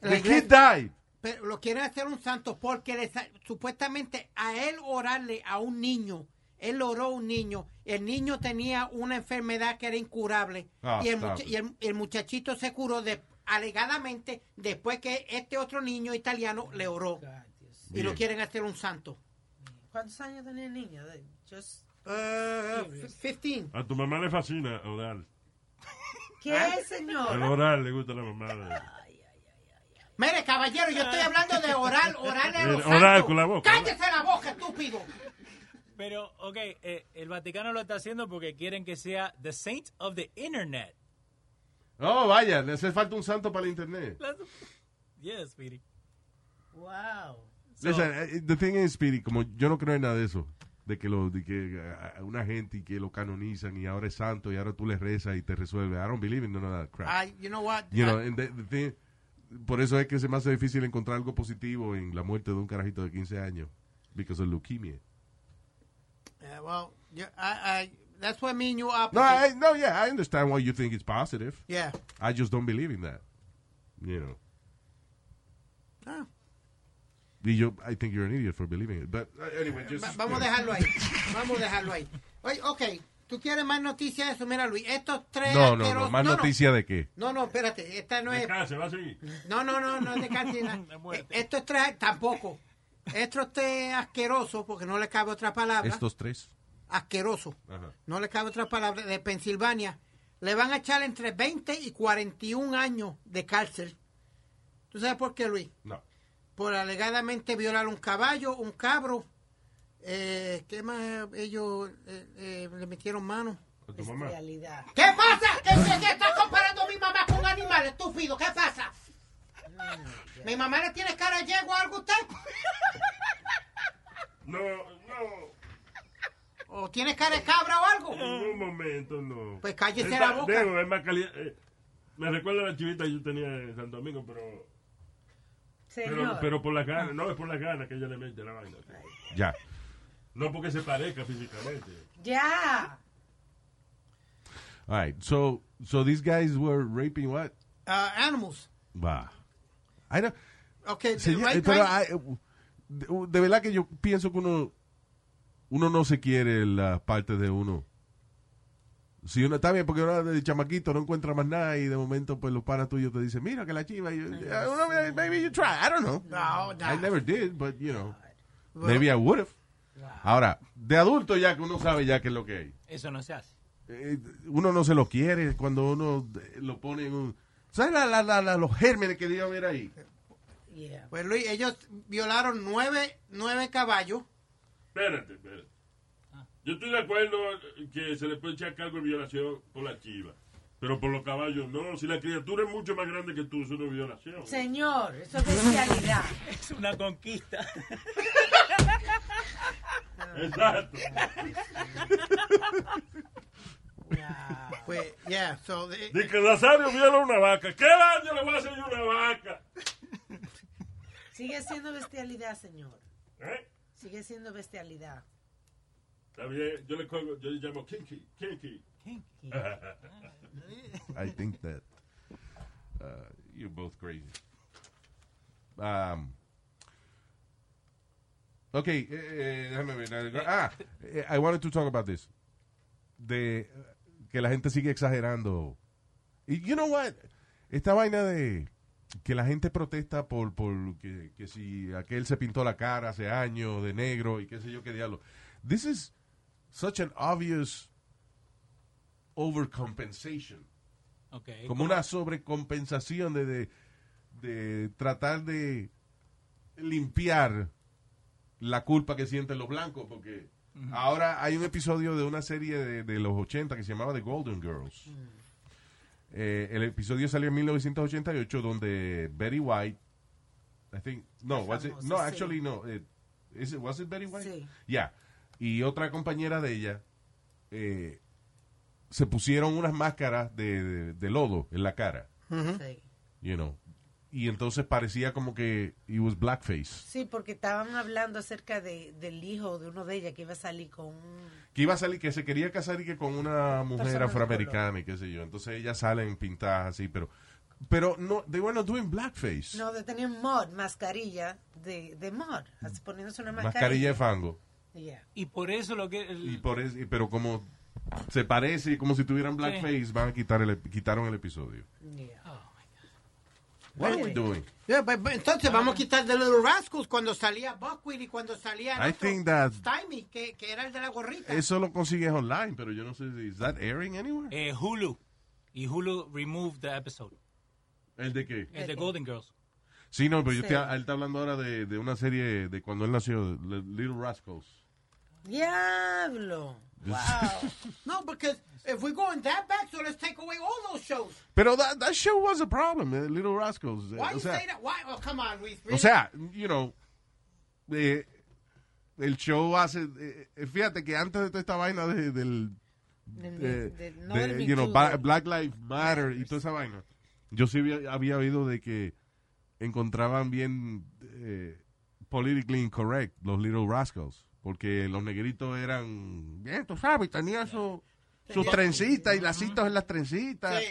S6: La
S5: The kid
S6: iglesia-
S5: died.
S6: Pero lo quieren hacer un santo porque le sa- supuestamente a él orarle a un niño, él oró a un niño, el niño tenía una enfermedad que era incurable
S5: Ah,
S6: y, el
S5: stop
S6: mucha-
S5: it.
S6: y el- el muchachito se curó de- alegadamente después que este otro niño italiano le oró y
S5: Bien.
S6: lo quieren hacer un santo.
S7: ¿Cuántos años tenía el niño? De- Just
S6: Eh,
S7: curious.
S6: 15.
S1: A tu mamá le fascina orar.
S7: ¿Qué,
S1: Ah. Al
S7: señor?
S1: orar le gusta la mamá.
S6: Mire, caballero, yo estoy hablando de orar, orar a los
S1: Eh, Orar
S6: santos.
S1: con la boca.
S6: Cállese la boca, estúpido.
S3: Pero, ok, eh, el Vaticano lo está haciendo porque quieren que sea the saint of the internet.
S5: No, Oh, vaya, le hace falta un santo para el internet.
S3: Yes, Speedy.
S7: Wow.
S5: Listen, eh, the thing is, Speedy, como yo no creo en nada de eso, de que, lo, de que eh, una gente y que lo canonizan y ahora es santo y ahora tú le rezas y te resuelve. I don't believe in none of that crap.
S6: Ah, you know what?
S5: You know, and the- the thing- por eso es que se me hace difícil encontrar algo positivo en la muerte de un carajito de 15 años. Because of leukemia.
S6: Yeah, Eh, well, yeah, I, I, that's what me and you are.
S5: No, I, no, yeah, I understand why you think it's positive.
S6: Yeah.
S5: I just don't believe in that. You know.
S6: Ah.
S5: Y yo, I think you're an idiot for believing it. But, uh, anyway, just,
S6: Va- vamos a dejarlo ahí. Vamos a dejarlo ahí. Oye, ok, ¿Tú quieres más noticias de eso? Mira, Luis, estos tres...
S5: No, no,
S6: asquerosos-
S5: no. ¿Más noticia de qué?
S6: No, no, espérate. Esta no es...
S1: va a seguir.
S6: No, no, no, no es de cárcel. Eh, Estos tres... Tampoco. Estos tres asquerosos, porque no le cabe otra palabra.
S5: Estos tres.
S6: Asquerosos.
S5: Ajá.
S6: No le cabe otra palabra. De Pensilvania. Le van a echar entre 20 y 41 años de cárcel. ¿Tú sabes por qué, Luis?
S5: No.
S6: por alegadamente violar un caballo, un cabro. Eh, ¿Qué más ellos eh, eh, le metieron mano?
S5: tu mamá?
S6: ¿Qué pasa? ¿Qué, qué, qué estás comparando a mi mamá con un animal, estúpido? ¿Qué pasa? ¿Mi mamá le tiene cara de yegua o algo a usted?
S1: No, no.
S6: ¿O tiene cara de cabra o algo?
S3: Mm.
S1: Un momento, no.
S6: Pues cállese
S1: Es
S6: la
S1: más-
S6: boca.
S1: Debo, es más calidad. eh, me recuerda la chivita que yo tenía en Santo Domingo, pero. Pero,
S7: Señor.
S1: pero por las ganas, no, es por las ganas que ella le mete la vaina.
S5: Ya.
S1: No porque se parezca físicamente.
S7: Ya.
S5: All right. So, so these guys were raping what?
S6: Ah, animals.
S5: Bah. I don't-
S6: Okay, the
S5: Señor,
S6: right
S5: pero
S6: guy-
S5: I- de, de verdad que yo pienso que uno uno no se quiere la parte de uno. Si uno está bien, porque uno de chamaquito no encuentra más nada y de momento pues los panas tuyos te dicen, mira que la chiva, y yo, "Ah, well, maybe you try, I don't know.
S6: No,
S5: I never did, but you know, maybe I would have. Ahora, de adulto ya que uno sabe ya qué es lo que hay.
S3: Eso no se hace.
S5: Eh, uno no se lo quiere cuando uno eh, lo pone en un... ¿Sabes la- la- la- la- los gérmenes que debían haber ahí?
S6: Pues Luis, ellos violaron nueve, nueve caballos.
S1: Espérate, espérate. Yo estoy de acuerdo que se le puede echar cargo de violación por la chiva. Pero por los caballos no. Si la criatura es mucho más grande que tú, eso no es violación.
S7: Señor, eso es bestialidad.
S3: Es una conquista.
S1: *laughs* Exacto.
S6: Pues, yeah, so... they-
S1: Dice que Nazario viola una vaca. ¿Qué daño le voy a hacer yo a una vaca?
S7: Sigue siendo bestialidad, señor.
S1: ¿Eh?
S7: Sigue siendo bestialidad.
S1: Está bien, yo le, colgo, yo le llamo Kinky. Kinky. *laughs*
S7: Kinky.
S5: I think that uh, you're both crazy. Um, okay, eh, eh, déjame ver. eh, Ah, eh, I wanted to talk about this. De eh, que la gente sigue exagerando. Y you know what? Esta vaina de que la gente protesta por, por que, que si aquel se pintó la cara hace años de negro y qué sé yo qué diablo. This is such an obvious overcompensation.
S3: Okay.
S5: Como una sobrecompensación de, de, de tratar de limpiar la culpa que sienten los blancos, porque
S1: Ujú.
S5: ahora hay un episodio de una serie de, de los 80 que se llamaba The Golden Girls. Eh, el episodio salió en 1988 donde Betty White, I think, no, was it- no,
S1: sí.
S5: actually no, eh, is it- was it Betty White?
S1: Sí.
S5: Yeah. Y otra compañera de ella eh, se pusieron unas máscaras de, de- de lodo en la cara,
S7: sí.
S5: you know. Y entonces parecía como que it was blackface.
S7: Sí, porque estaban hablando acerca de, del hijo de uno de ellas que iba a salir con un...
S5: Que iba a salir, que se quería casar y que con una
S7: Persona de
S5: mujer
S7: color.
S5: afroamericana y qué sé yo. Entonces ellas salen pintadas así, pero... Pero no, they were not doing blackface.
S7: No, de tener mod, mascarilla de, de mod, así poniéndose una
S5: Mm. Mascarilla
S7: mascarilla.
S5: de fango.
S3: Y por eso lo que... el-
S5: Y por eso- y- pero como se parece y como si tuvieran blackface, van a quitar el, ep- quitaron el episodio. What are we doing?
S6: Yeah, but- but entonces vamos a quitar The Little Rascals cuando salía Buckwheat y cuando salía el
S5: I
S6: otro,
S5: think that-
S6: Stymie, que, que era el de la gorrita.
S5: Eso lo consigues online, pero yo no sé si is that airing anywhere.
S3: eh, Hulu. Y Hulu removed the episode.
S5: ¿El de qué?
S3: El de Golden Girls.
S5: Sí, no, pero yo
S3: Sí.
S5: estoy- él está hablando ahora de, de una serie de cuando él nació, de Little Rascals.
S7: Diablo.
S6: Wow. no, because if we're going that back, so let's take away all those shows.
S5: Pero that, that show was a problem, eh, Little Rascals. eh,
S6: Why
S5: o
S6: you
S5: sea,
S6: say that? Why? Oh, come on, Luis.
S5: o sea, you know, eh, el show hace, eh, eh, fíjate que antes de toda esta vaina de- del,
S7: Del-
S5: eh,
S7: del- no del
S5: de,
S7: Me
S5: you know,
S7: Too,
S5: Ba-
S7: del-
S5: Black Lives Matter y toda esa vaina, yo sí había, había oído de que encontraban bien eh, politically incorrect los Little Rascals, porque los negritos eran bien, tú sabes, tenía su, sus trencitas y lacitos en las trencitas.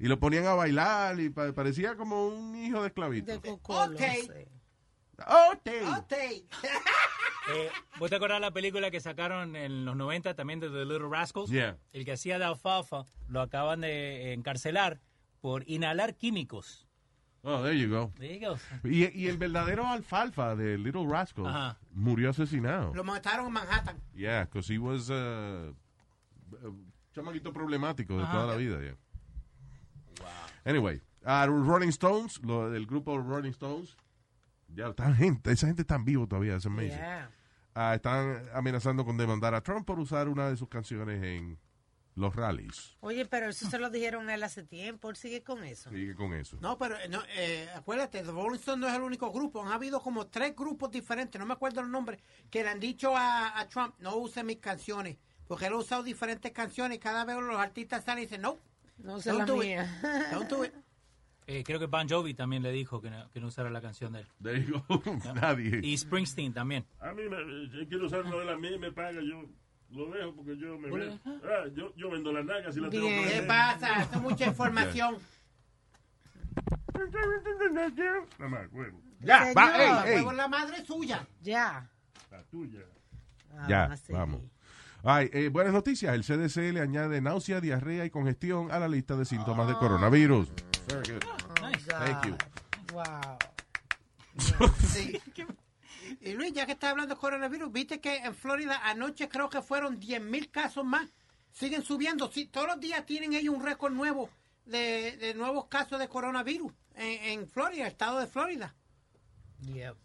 S5: Y lo ponían a bailar y pa- parecía como un hijo de esclavito.
S6: Okay.
S8: Ote.
S6: Ote.
S3: Eh, ¿Vos te acordás la película que sacaron en los 90 también de The Little Rascals?
S5: Yeah.
S3: El que hacía de alfalfa lo acaban de encarcelar por inhalar químicos.
S5: Oh, there you go.
S3: There you go.
S5: Y, y el verdadero alfalfa de Little Rascals
S6: Ajá.
S5: murió asesinado.
S6: Lo mataron en Manhattan.
S5: Yeah, because he was uh, chamaquito problemático de
S6: Ajá.
S5: toda la vida. yeah. Anyway, ah, Rolling Stones, lo del grupo Rolling Stones, ya está gente, esa gente está en vivo todavía, es amazing.
S6: Yeah.
S5: Ah, están amenazando con demandar a Trump por usar una de sus canciones en los rallies.
S7: Oye, pero eso
S5: *laughs*
S7: se lo dijeron a él hace tiempo. Él sigue con eso.
S5: Sigue con eso.
S6: No, pero eh, no, eh, acuérdate, The Rolling Stones no es el único grupo. Han habido como tres grupos diferentes, no me acuerdo los nombres, que le han dicho a, a Trump, no use mis canciones. Porque él ha usado diferentes canciones y cada vez los artistas salen y dicen, no,
S7: No
S6: sé la mía. don't do it.
S3: Eh, creo que Bon Jovi también le dijo que no, que no usara la canción de él.
S5: *laughs* There you go. Nadie.
S3: Y Springsteen también.
S1: A mí, me, eh, quiero usar una de las mías y me paga, yo lo dejo porque yo me
S3: Bueno,
S1: vendo. Ah, yo, yo vendo las nalgas y las tengo que
S6: Bien. ¿Qué
S1: vender.
S6: pasa? Esto es mucha información.
S1: No me acuerdo.
S5: Ya, va,
S6: Señor,
S5: ey, ey.
S6: huevo, la madre suya.
S7: Ya.
S1: La tuya.
S5: ya, vamos. Ay, eh, buenas noticias. El CDC le añade náusea, diarrea y congestión a la lista de síntomas de coronavirus. Very good.
S7: Oh,
S6: Oh,
S5: Thank you.
S7: Wow.
S6: Sí. Y Luis, ya que estás hablando de coronavirus, viste que en Florida anoche creo que fueron 10 mil casos más. Siguen subiendo. Sí, todos los días tienen ellos un récord nuevo de, de nuevos casos de coronavirus en, en Florida, el estado de Florida.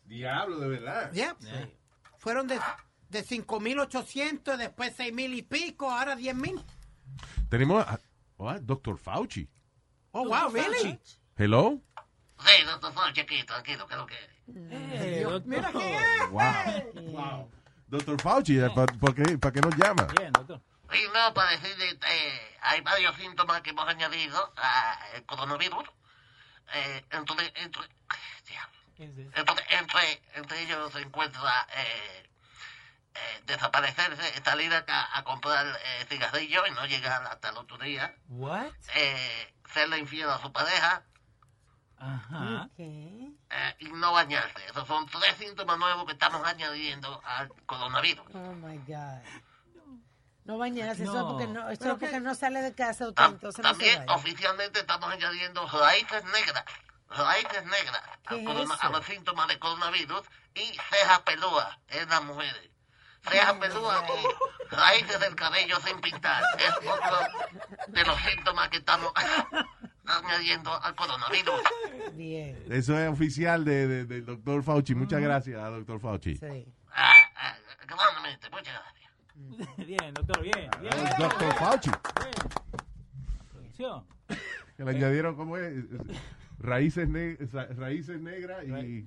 S5: Diablo, de verdad. Eh.
S6: Yep. Fueron de, de 5.800, después 6.000 y pico, ahora 10.000.
S5: Tenemos a what? Dr. Fauci.
S6: Oh, wow, really?
S5: Hello.
S11: Hey, doctor Fauci, aquí, tranquilo, ¿qué es lo que
S6: Dios, mira que es.
S5: Wow. Dr. Fauci, eh, pa- ¿por qué, ¿para qué nos llama?
S11: Oye, no, para decirle, eh, hay varios síntomas que hemos añadido al coronavirus. Eh, entonces, entre, ay, diablo. Entonces, entre, entre ellos se encuentra eh, eh, desaparecerse, salir a, ca- a comprar eh, cigarrillos y no llegar hasta el otro día,
S3: What?
S11: eh, serle infiel a su pareja
S3: Ajá.
S11: eh, y no bañarse. Esos son tres síntomas nuevos que estamos añadiendo al coronavirus.
S7: Oh my God. No bañarse, eso es
S11: No.
S7: porque no, Ah, eso
S11: Pero
S7: es porque no sale de casa usted,
S11: Tam-
S7: entonces no se
S11: Ah, También
S7: baña.
S11: oficialmente estamos añadiendo raíces negras, raíces negras
S7: ¿Qué
S11: al
S7: es
S11: corona-
S7: eso?
S11: a los síntomas de coronavirus y cejas pelúas en las mujeres. Cejas pelúas y raíces del cabello sin pintar. Es otro de los síntomas que estamos *laughs* añadiendo al coronavirus.
S7: Bien.
S5: Eso es oficial de, de- del Dr. Fauci. Muchas gracias, Dr. Fauci.
S11: Grandemente, muchas gracias.
S3: *laughs* Bien, doctor, bien. bien.
S5: Ah, Dr. Fauci.
S3: Sí.
S5: Que le añadieron, ¿cómo es? Raíces, ne- ra- raíces negras y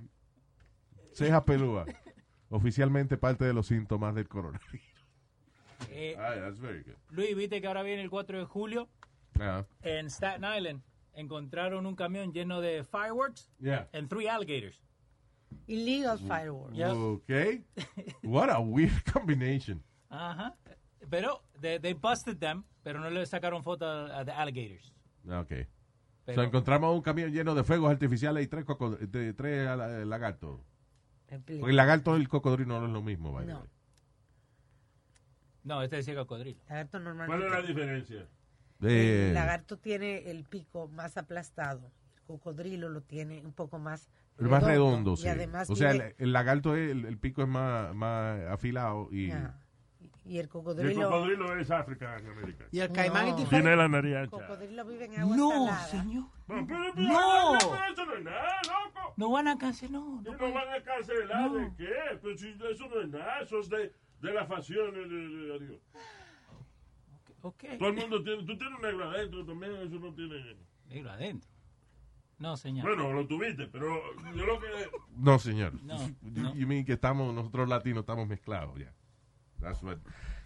S5: cejas pelúas. *laughs* Oficialmente parte de los síntomas del coronavirus.
S3: Eh,
S5: that's very good.
S3: Luis, viste que ahora viene el 4 de julio
S5: Ah,
S3: en Staten Island. Encontraron un camión lleno de fireworks
S5: Yeah.
S3: and three alligators.
S7: Illegal fireworks.
S5: Okay. What a weird combination.
S3: Ajá. Pero they, they busted them, pero no le sacaron foto a, a the alligators.
S5: Okay. So,
S3: Pero-
S5: encontramos un camión lleno de fuegos artificiales y tres, coco- de- tres ala- lagartos.
S7: Explica.
S5: Porque el lagarto y el cocodrilo no es lo mismo, by the way.
S3: No, este decía cocodrilo.
S7: Lagarto
S1: ¿Cuál
S7: normalmente.
S1: es la diferencia?
S5: Eh,
S7: El lagarto tiene el pico más aplastado. El cocodrilo lo tiene un poco más
S5: El más redondo, sí.
S7: Y además
S5: o sea,
S7: vive-
S5: el, el lagarto, es- el, el pico es más, más afilado y...
S7: Ajá. y el
S1: Y El
S7: cocodrilo...
S1: cocodrilo es África en América.
S6: Y el caimán es
S1: No.
S6: diferente.
S1: Tiene la nariz ancha.
S7: El cocodrilo vive en agua
S1: No,
S7: salada.
S3: señor.
S1: Pero, pero, pero,
S3: No.
S1: Eso no es nada, loco.
S3: No van a cancelar, no.
S1: ¿Y no van a cancelar de qué? Pues si eso no es nada, eso es de, de las facciones de, de- de Dios.
S3: Ok.
S1: Todo el mundo tiene, tú tienes un negro adentro también, eso no tiene...
S3: Negro adentro. No, señor.
S1: Bueno, lo tuviste, pero yo lo que...
S5: No, señor.
S3: No,
S5: *laughs* You- You mean que estamos, nosotros latinos estamos mezclados ya. That's what-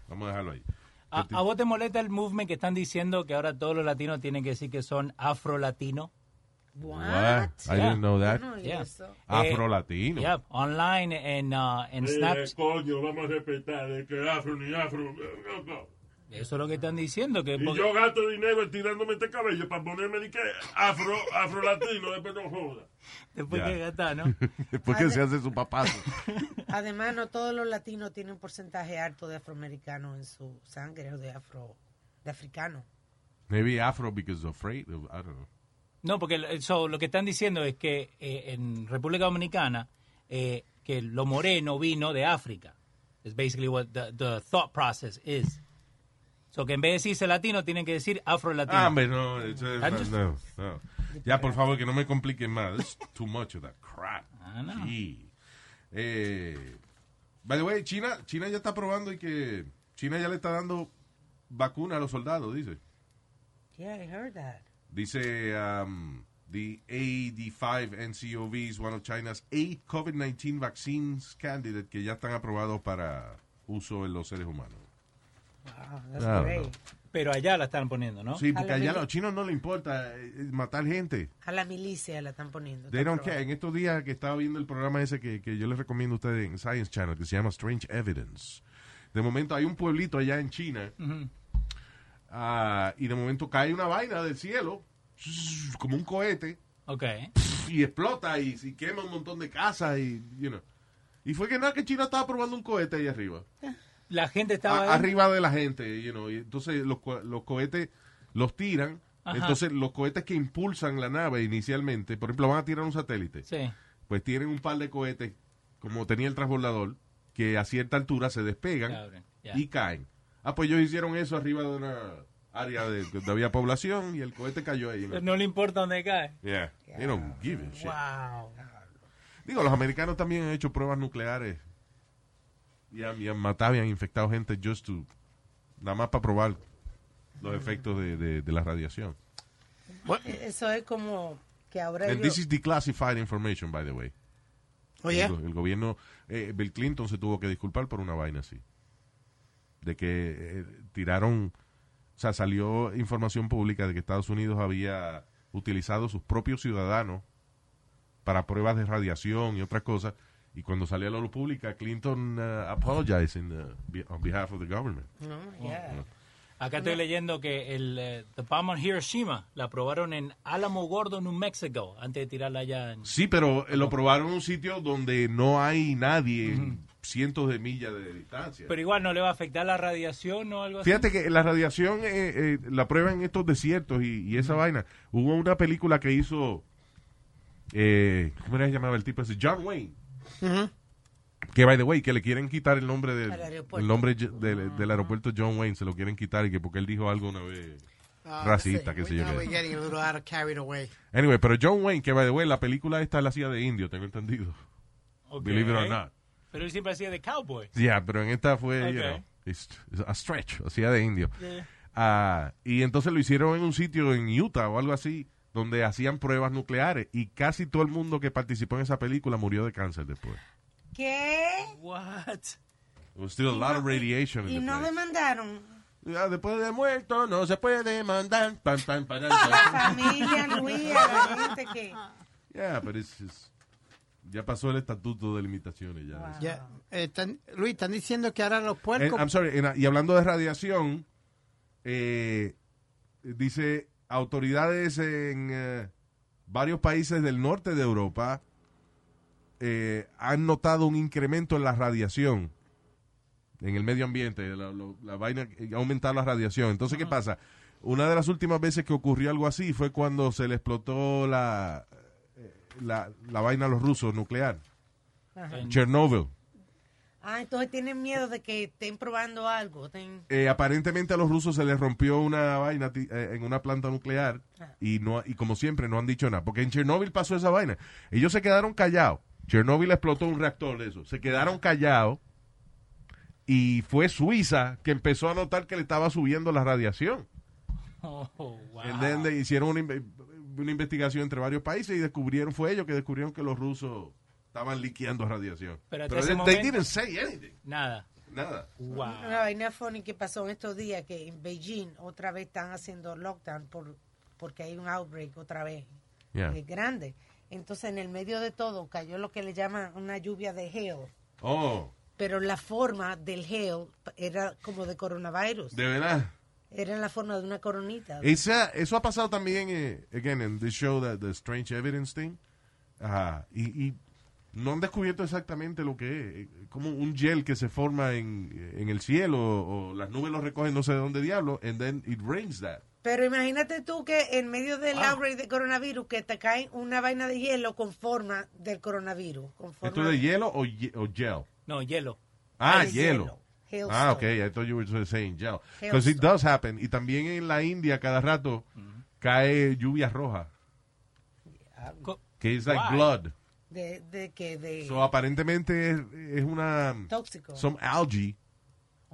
S5: Vamos a dejarlo ahí.
S3: ¿A, a vos te molesta el movement que están diciendo que ahora todos los latinos tienen que decir que son afro-latino?
S5: What? I didn't know that. Yeah.
S3: Yeah. Eh,
S5: Afro-latino.
S3: yeah, online en, uh, en
S1: Eh,
S3: Snapchat.
S1: coño, vamos a respetar de que afro ni afro. eh, loco.
S3: Eso es lo que están diciendo. Que
S1: Y
S3: Eh, porque-
S1: yo gasto dinero estirándome este cabello para ponerme de que afro, afro latino, después no joda.
S3: Después
S5: Ya.
S3: que gata,
S5: *laughs*
S1: *laughs*
S3: ¿no?
S5: Después que se hace su *laughs* papazo.
S7: Además, no todos los latinos tienen un porcentaje alto de afroamericanos en su sangre o de afro de africano.
S5: Maybe afro because afraid. of- I don't know.
S3: No, porque el- so, lo que están diciendo es que eh, en República Dominicana eh, que lo moreno vino de África. Es basically what the, the thought process is. So que en vez de decirse latino tienen que decir afro-latino.
S5: Ah, hombre, no, eso es-
S3: Ah, just-
S5: no, no. Ya, por favor, que no me compliquen más. It's too much of that *laughs* crap.
S3: Ah, no.
S5: Sí. Eh, by the way, China, China ya está probando y que China ya le está dando vacuna a los soldados, dice.
S7: Yeah, I heard that.
S5: Dice, um, the AD5-NCOV is one of China's eight COVID-19 vaccines candidates que ya están aprobados para uso en los seres humanos.
S7: Wow, that's
S5: Ah,
S7: great.
S5: no.
S3: Pero allá la están poniendo, ¿no?
S5: Sí, porque allá a los chinos no le importa eh, matar gente.
S7: A la milicia la están poniendo.
S5: They
S7: está
S5: don't
S7: probado.
S5: care. En estos días que estaba viendo el programa ese que, que yo les recomiendo a ustedes en Science Channel, que se llama Strange Evidence. De momento hay un pueblito allá en China
S3: Ujú.
S5: ah, y de momento cae una vaina del cielo, como un cohete,
S3: Ok.
S5: y explota y, y quema un montón de casas y, you know. Y fue que nada, que China estaba probando un cohete ahí arriba.
S3: La gente
S5: A-
S3: estaba... ahí.
S5: arriba de la gente, you know, y entonces los, co- los cohetes los tiran.
S3: Ajá.
S5: Entonces, los cohetes que impulsan la nave inicialmente, por ejemplo, van a tirar un satélite.
S3: Sí.
S5: Pues tienen un par de cohetes, como tenía el transbordador, que a cierta altura se despegan
S3: Se abren, ya.
S5: y caen. Ah, pues ellos hicieron eso arriba de una área de, donde había población y el cohete cayó ahí. ¿no?
S3: Eh, No le importa dónde cae.
S5: Yeah. They don't give a shit.
S7: Ah.
S3: Wow.
S5: Digo, los americanos también han hecho pruebas nucleares y han, y han matado y han infectado gente just to, nada más para probar los efectos de, de- de la radiación.
S7: Eh, Eso es como que ahora
S5: And
S7: yo-
S5: this is declassified information, by the way.
S6: Oye.
S5: El, go- el gobierno, eh, Bill Clinton se tuvo que disculpar por una vaina así. De que eh, tiraron, o sea, salió información pública de que Estados Unidos había utilizado sus propios ciudadanos para pruebas de radiación y otras cosas. Y cuando salió a la luz pública, Clinton uh, apologized in, uh, be- on behalf of the government.
S7: No, yeah.
S3: Acá estoy leyendo que el eh, The Bomb on Hiroshima la probaron en Álamo Gordo, New Mexico, antes de tirarla allá en...
S5: Sí, pero eh, lo probaron en un sitio donde no hay nadie, en cientos de millas de distancia.
S3: Pero igual no le va a afectar la radiación o algo
S5: Fíjate
S3: así.
S5: que la radiación eh, eh, la prueba en estos desiertos y, y esa vaina. Hubo una película que hizo. Eh, ¿Cómo era que se llamaba el tipo ese? John Wayne. Que, by the way, que le quieren quitar el nombre del
S6: Al aeropuerto.
S5: el nombre ye- del, del aeropuerto John Wayne. Se lo quieren quitar y que porque él dijo algo una vez
S6: Ah,
S5: racista, que se yo.
S6: Now
S5: qué.
S6: we're getting a little out of carried away.
S5: Anyway, pero John Wayne, que, by the way, la película esta la hacía de indio, tengo entendido.
S3: Ok.
S5: Believe it or not.
S3: Pero él siempre hacía de cowboy.
S5: Yeah, pero en esta fue you
S3: Ok.
S5: know, it's- it's a stretch, o sea, de indio.
S3: Yeah.
S5: Ah, y entonces lo hicieron en un sitio en Utah o algo así, donde hacían pruebas nucleares y casi todo el mundo que participó en esa película murió de cáncer después.
S3: Oh.
S7: ¿Qué?
S3: What?
S5: There was still a lot of radiation
S7: Y
S5: in the
S7: no *laughs*
S5: place.
S7: demandaron.
S5: Ah, Después de muerto no se puede mandar. Pam, pam, pam, pam,
S7: La
S5: pam.
S7: *laughs* familia, Luis, a la gente que...
S5: Yeah, but it's just- ya pasó el estatuto de limitaciones. Ya.
S6: Ya, eh, están- Luis, están diciendo que ahora los
S5: Eh,
S6: puercos.
S5: I'm sorry, en- y hablando de radiación, eh, dice autoridades en eh, varios países del norte de Europa eh, han notado un incremento en la radiación en el medio ambiente, la, lo- la vaina eh, ha aumentado la radiación. Entonces, ¿qué pasa? Una de las últimas veces que ocurrió algo así fue cuando se le explotó la, eh, la, la vaina a los rusos nuclear,
S7: Ajá.
S5: Chernobyl.
S7: Ah, entonces tienen miedo de que estén probando algo. estén-
S5: Eh, aparentemente a los rusos se les rompió una vaina ti- eh, en una planta nuclear y no y como siempre no han dicho nada porque en Chernóbil pasó esa vaina ellos se quedaron callados Chernóbil explotó un reactor de eso se quedaron callados y fue Suiza que empezó a notar que le estaba subiendo la radiación
S3: Oh, wow.
S5: And then they hicieron una, inve- una investigación entre varios países y descubrieron fue ellos que descubrieron que los rusos estaban liqueando radiación
S3: Pero
S5: pero,
S3: hasta ese
S5: they- they,
S3: momento-
S5: didn't say anything
S3: Nada.
S5: nada
S3: Wow.
S7: Una vaina funny que pasó en estos días que en Beijing otra vez están haciendo lockdown por, porque hay un outbreak otra vez.
S5: Yeah.
S7: eh, grande. Entonces en el medio de todo cayó lo que le llaman una lluvia de hail.
S5: oh
S7: pero la forma del gel era como de coronavirus.
S5: De verdad.
S7: Era en la forma de una coronita.
S5: Esa- eso ha pasado también, eh, again, en this show, that, the Strange Evidence thing. Ajá, y, y no han descubierto exactamente lo que es. eh, Como un gel que se forma en, en el cielo o, o las nubes lo recogen no sé de dónde diablo, and then it rains that.
S7: Pero imagínate tú que en medio del
S5: Ah.
S7: outbreak de coronavirus que te cae una vaina de hielo con forma del coronavirus. Con forma
S5: ¿Esto de hielo o, ye- o gel?
S3: No, hielo.
S5: Ah,
S7: Es
S5: hielo.
S7: hielo.
S5: Ah, ok, I thought you were saying gel. Because
S7: Hailstone.
S5: it does happen. Y también en la India cada rato cae lluvia roja,
S7: Co-
S5: que es like
S7: Why?
S5: blood.
S7: de, de que de
S5: So, aparentemente es, es una...
S7: Tóxico.
S5: Some algae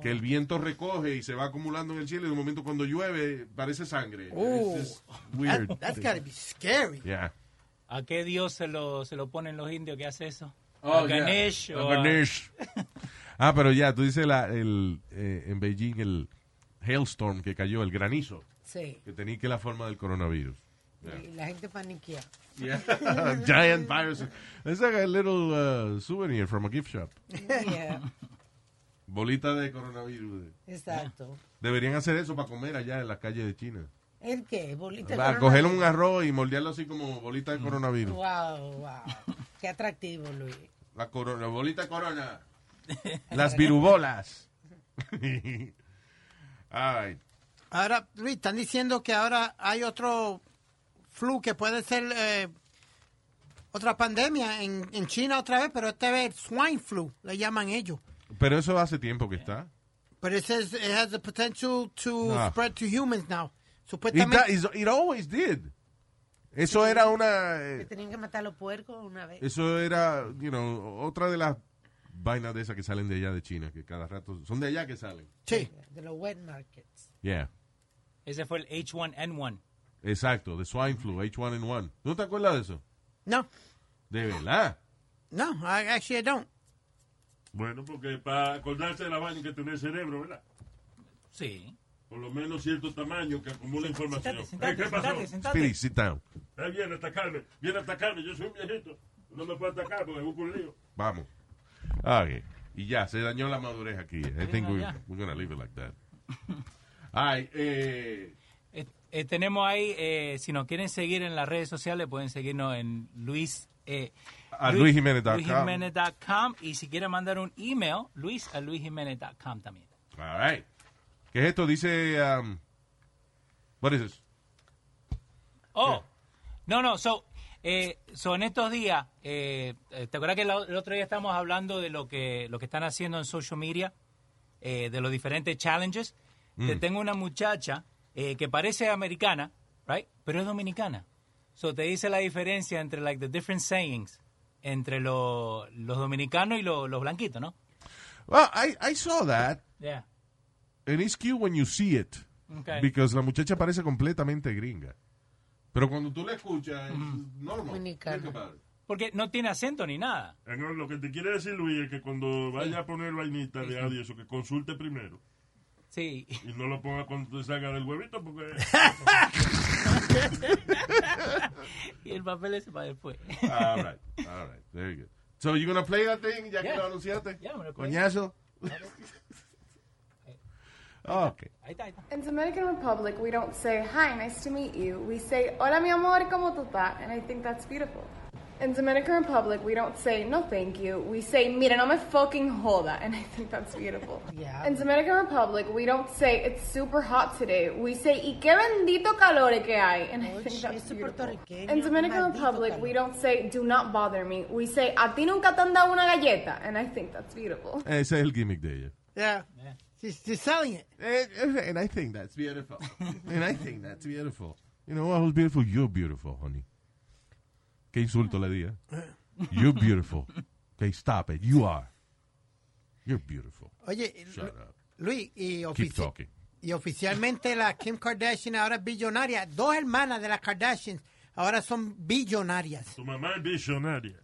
S5: que
S6: Oh.
S5: el viento recoge y se va acumulando en el cielo y de momento cuando llueve parece sangre.
S6: Oh,
S5: It's just weird.
S6: That- that's gotta be scary.
S5: Yeah.
S3: ¿A qué dios se lo, se lo ponen los indios que hace eso?
S5: Oh,
S3: ¿A
S5: yeah.
S3: Ganesh?
S5: A
S3: o a-
S5: Ganesh. Ah, pero ya, tú dices la, el, eh, en Beijing el hailstorm que cayó, el granizo,
S7: Sí.
S5: que tenía que la forma
S6: *laughs*
S5: del coronavirus. Yeah.
S7: Y la gente paniquea.
S5: *laughs* Giant virus. It's like a little uh, souvenir from a gift shop.
S7: Yeah,
S5: Bolita de coronavirus.
S7: Exacto.
S5: Deberían hacer eso para comer allá en la calle de China.
S7: ¿El qué? Bolita. de
S5: Va, coger
S7: coronavirus.
S5: un arroz y moldearlo así como bolita de
S7: Mm.
S5: coronavirus.
S7: Wow, wow. Qué atractivo, Luis.
S5: La corona, bolita corona. *laughs* Las virubolas. *laughs* All right.
S6: Ahora, Luis, están diciendo que ahora hay otro flu que puede ser eh, otra pandemia en, en China otra vez, pero esta vez swine flu, le llaman ellos.
S5: Pero eso hace tiempo que está.
S6: Pero it says it has the potential to
S5: No.
S6: spread to humans now.
S5: It,
S6: Supuestamente.
S5: da- Ah. is- it always did. Eso era una...
S7: Que
S5: eh,
S7: tenían que matar a los puercos una vez.
S5: Eso era, you know, otra de las vainas de esas que salen de allá de China, que cada rato... Son de allá que salen.
S7: De los wet markets.
S5: Yeah.
S3: Ese fue el H1N1.
S5: Exacto, de swine flu, H1N1. ¿No te acuerdas de eso?
S6: No.
S5: De verdad.
S6: No, I actually don't.
S1: Bueno, porque para acordarse de la vaina hay que tener cerebro, ¿verdad?
S3: Sí.
S1: Por lo menos cierto tamaño que acumula información.
S3: sentate,
S1: Eh, ¿Qué pasó?
S3: sentate, sentate.
S5: Speedy, sit down.
S1: Eh, viene a atacarme, viene a atacarme. Yo soy un viejito. No me puede atacar porque busco un lío.
S5: Vamos. Ah, ok. Y ya, se dañó la madurez aquí. I think we,
S3: ya.
S5: we're gonna leave it like that. Ay, eh,
S3: Eh, eh, tenemos ahí, eh, si nos quieren seguir en las redes sociales, pueden seguirnos en Luis. Eh,
S5: A
S3: Luis-
S5: luisjimenez.com.
S3: luisjimenez.com, y si quieren mandar un email, luis a luisjimenez.com también.
S5: all right. ¿Qué es esto? Dice, um, what is this?
S3: Oh, no, no, so, eh, so en estos días, eh, eh, ¿te acuerdas que la- el otro día estábamos hablando de lo que, lo que están haciendo en social media, eh, de los diferentes challenges? Te
S12: Mm.
S3: tengo una muchacha eh, que parece americana, right? Pero es dominicana. So te dice la diferencia entre like the different sayings entre lo- los dominicanos y lo- los blanquitos, ¿no?
S5: Well, I, I saw that.
S3: Yeah.
S5: And it's cute when you see it.
S3: Okay.
S5: Because la muchacha parece completamente gringa. Pero cuando tú la escuchas, no
S3: Porque no tiene acento ni nada.
S1: Eh, no, lo que te quiere decir, Luis, es que cuando vaya a poner vainita de audio, eso, que consulte primero.
S3: Sí.
S1: Y no lo ponga cuando te salga del huevito, porque...
S3: *laughs* y el papel ese para después.
S5: All right, all right, very good. So you're gonna play that thing ya que
S3: Yeah.
S5: lo anunciaste.
S3: Yeah, I'm gonna play. *laughs*
S5: Coñazo. okay.
S3: Ahí está, ahí está.
S13: In Dominican Republic, we don't say, hi, nice to meet you. We say, hola, mi amor, ¿cómo tú estás? And I think that's beautiful. In Dominican Republic, we don't say, no, thank you. We say, mira, no me fucking joda. And I think that's beautiful.
S7: Yeah.
S13: In Dominican Republic, we don't say, it's super hot today. We say, y qué bendito calor que hay. And
S7: Oh,
S13: I think that's beautiful. In Dominican
S7: maldito
S13: Republic,
S7: calor.
S13: we don't say, do not bother me. We say, a ti nunca te han dado una galleta. And I think that's beautiful.
S5: Ese es el gimmick de ella.
S6: Yeah. She's, she's selling it.
S5: Eh, And I think that's
S3: *laughs*
S5: beautiful. And I think that's beautiful. You know what? Who's beautiful? You're beautiful, honey. Qué insulto le di, eh? You're beautiful. Okay, stop it. You are. You're beautiful.
S6: Oye, Lu-
S5: Shut up.
S6: Luis, y,
S5: Keep
S6: ofici-
S5: talking.
S6: y oficialmente la Kim Kardashian ahora es billonaria. Dos hermanas de las Kardashians ahora son
S1: *laughs*
S6: billonarias.
S1: Tu mamá es visionaria.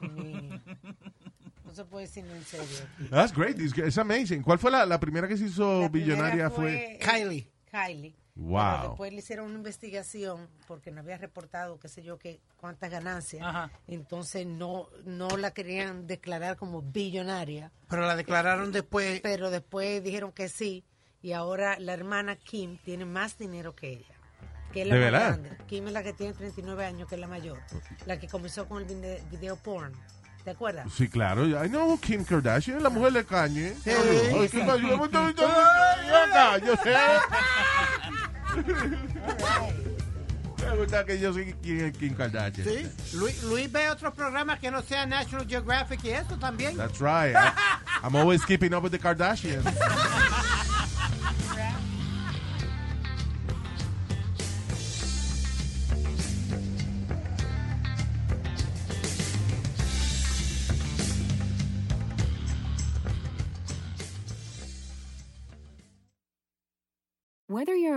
S7: No se puede decir en serio.
S5: Ah, That's great. It's, it's amazing. ¿Cuál fue la, la primera que se hizo billonaria? Fue,
S6: Kylie.
S7: Kylie. Pero
S5: Wow.
S7: después le hicieron una investigación porque no había reportado, qué sé yo, que cuántas ganancias. Entonces no no la querían declarar como billonaria.
S6: Pero la declararon después.
S7: Pero después dijeron que sí. Y ahora la hermana Kim tiene más dinero que ella. Que es la
S5: ¿De
S7: más
S5: verdad?
S7: grande. Kim es la que tiene 39 años, que es la mayor. La que comenzó con el vide- video porn. ¿Te acuerdas?
S5: Sí, claro. I know Kim Kardashian, la mujer de Kanye. Ay, Kim Kardashian, yo- yo- yo- yo- yo- yo
S6: *laughs*
S5: sé. Me gusta que yo sé quién es Kim Kardashian.
S6: Sí, Luis, Luis ve otros programas que no sean National Geographic y eso también.
S5: That's right. I- I'm always keeping up with the Kardashians.
S14: Whether you're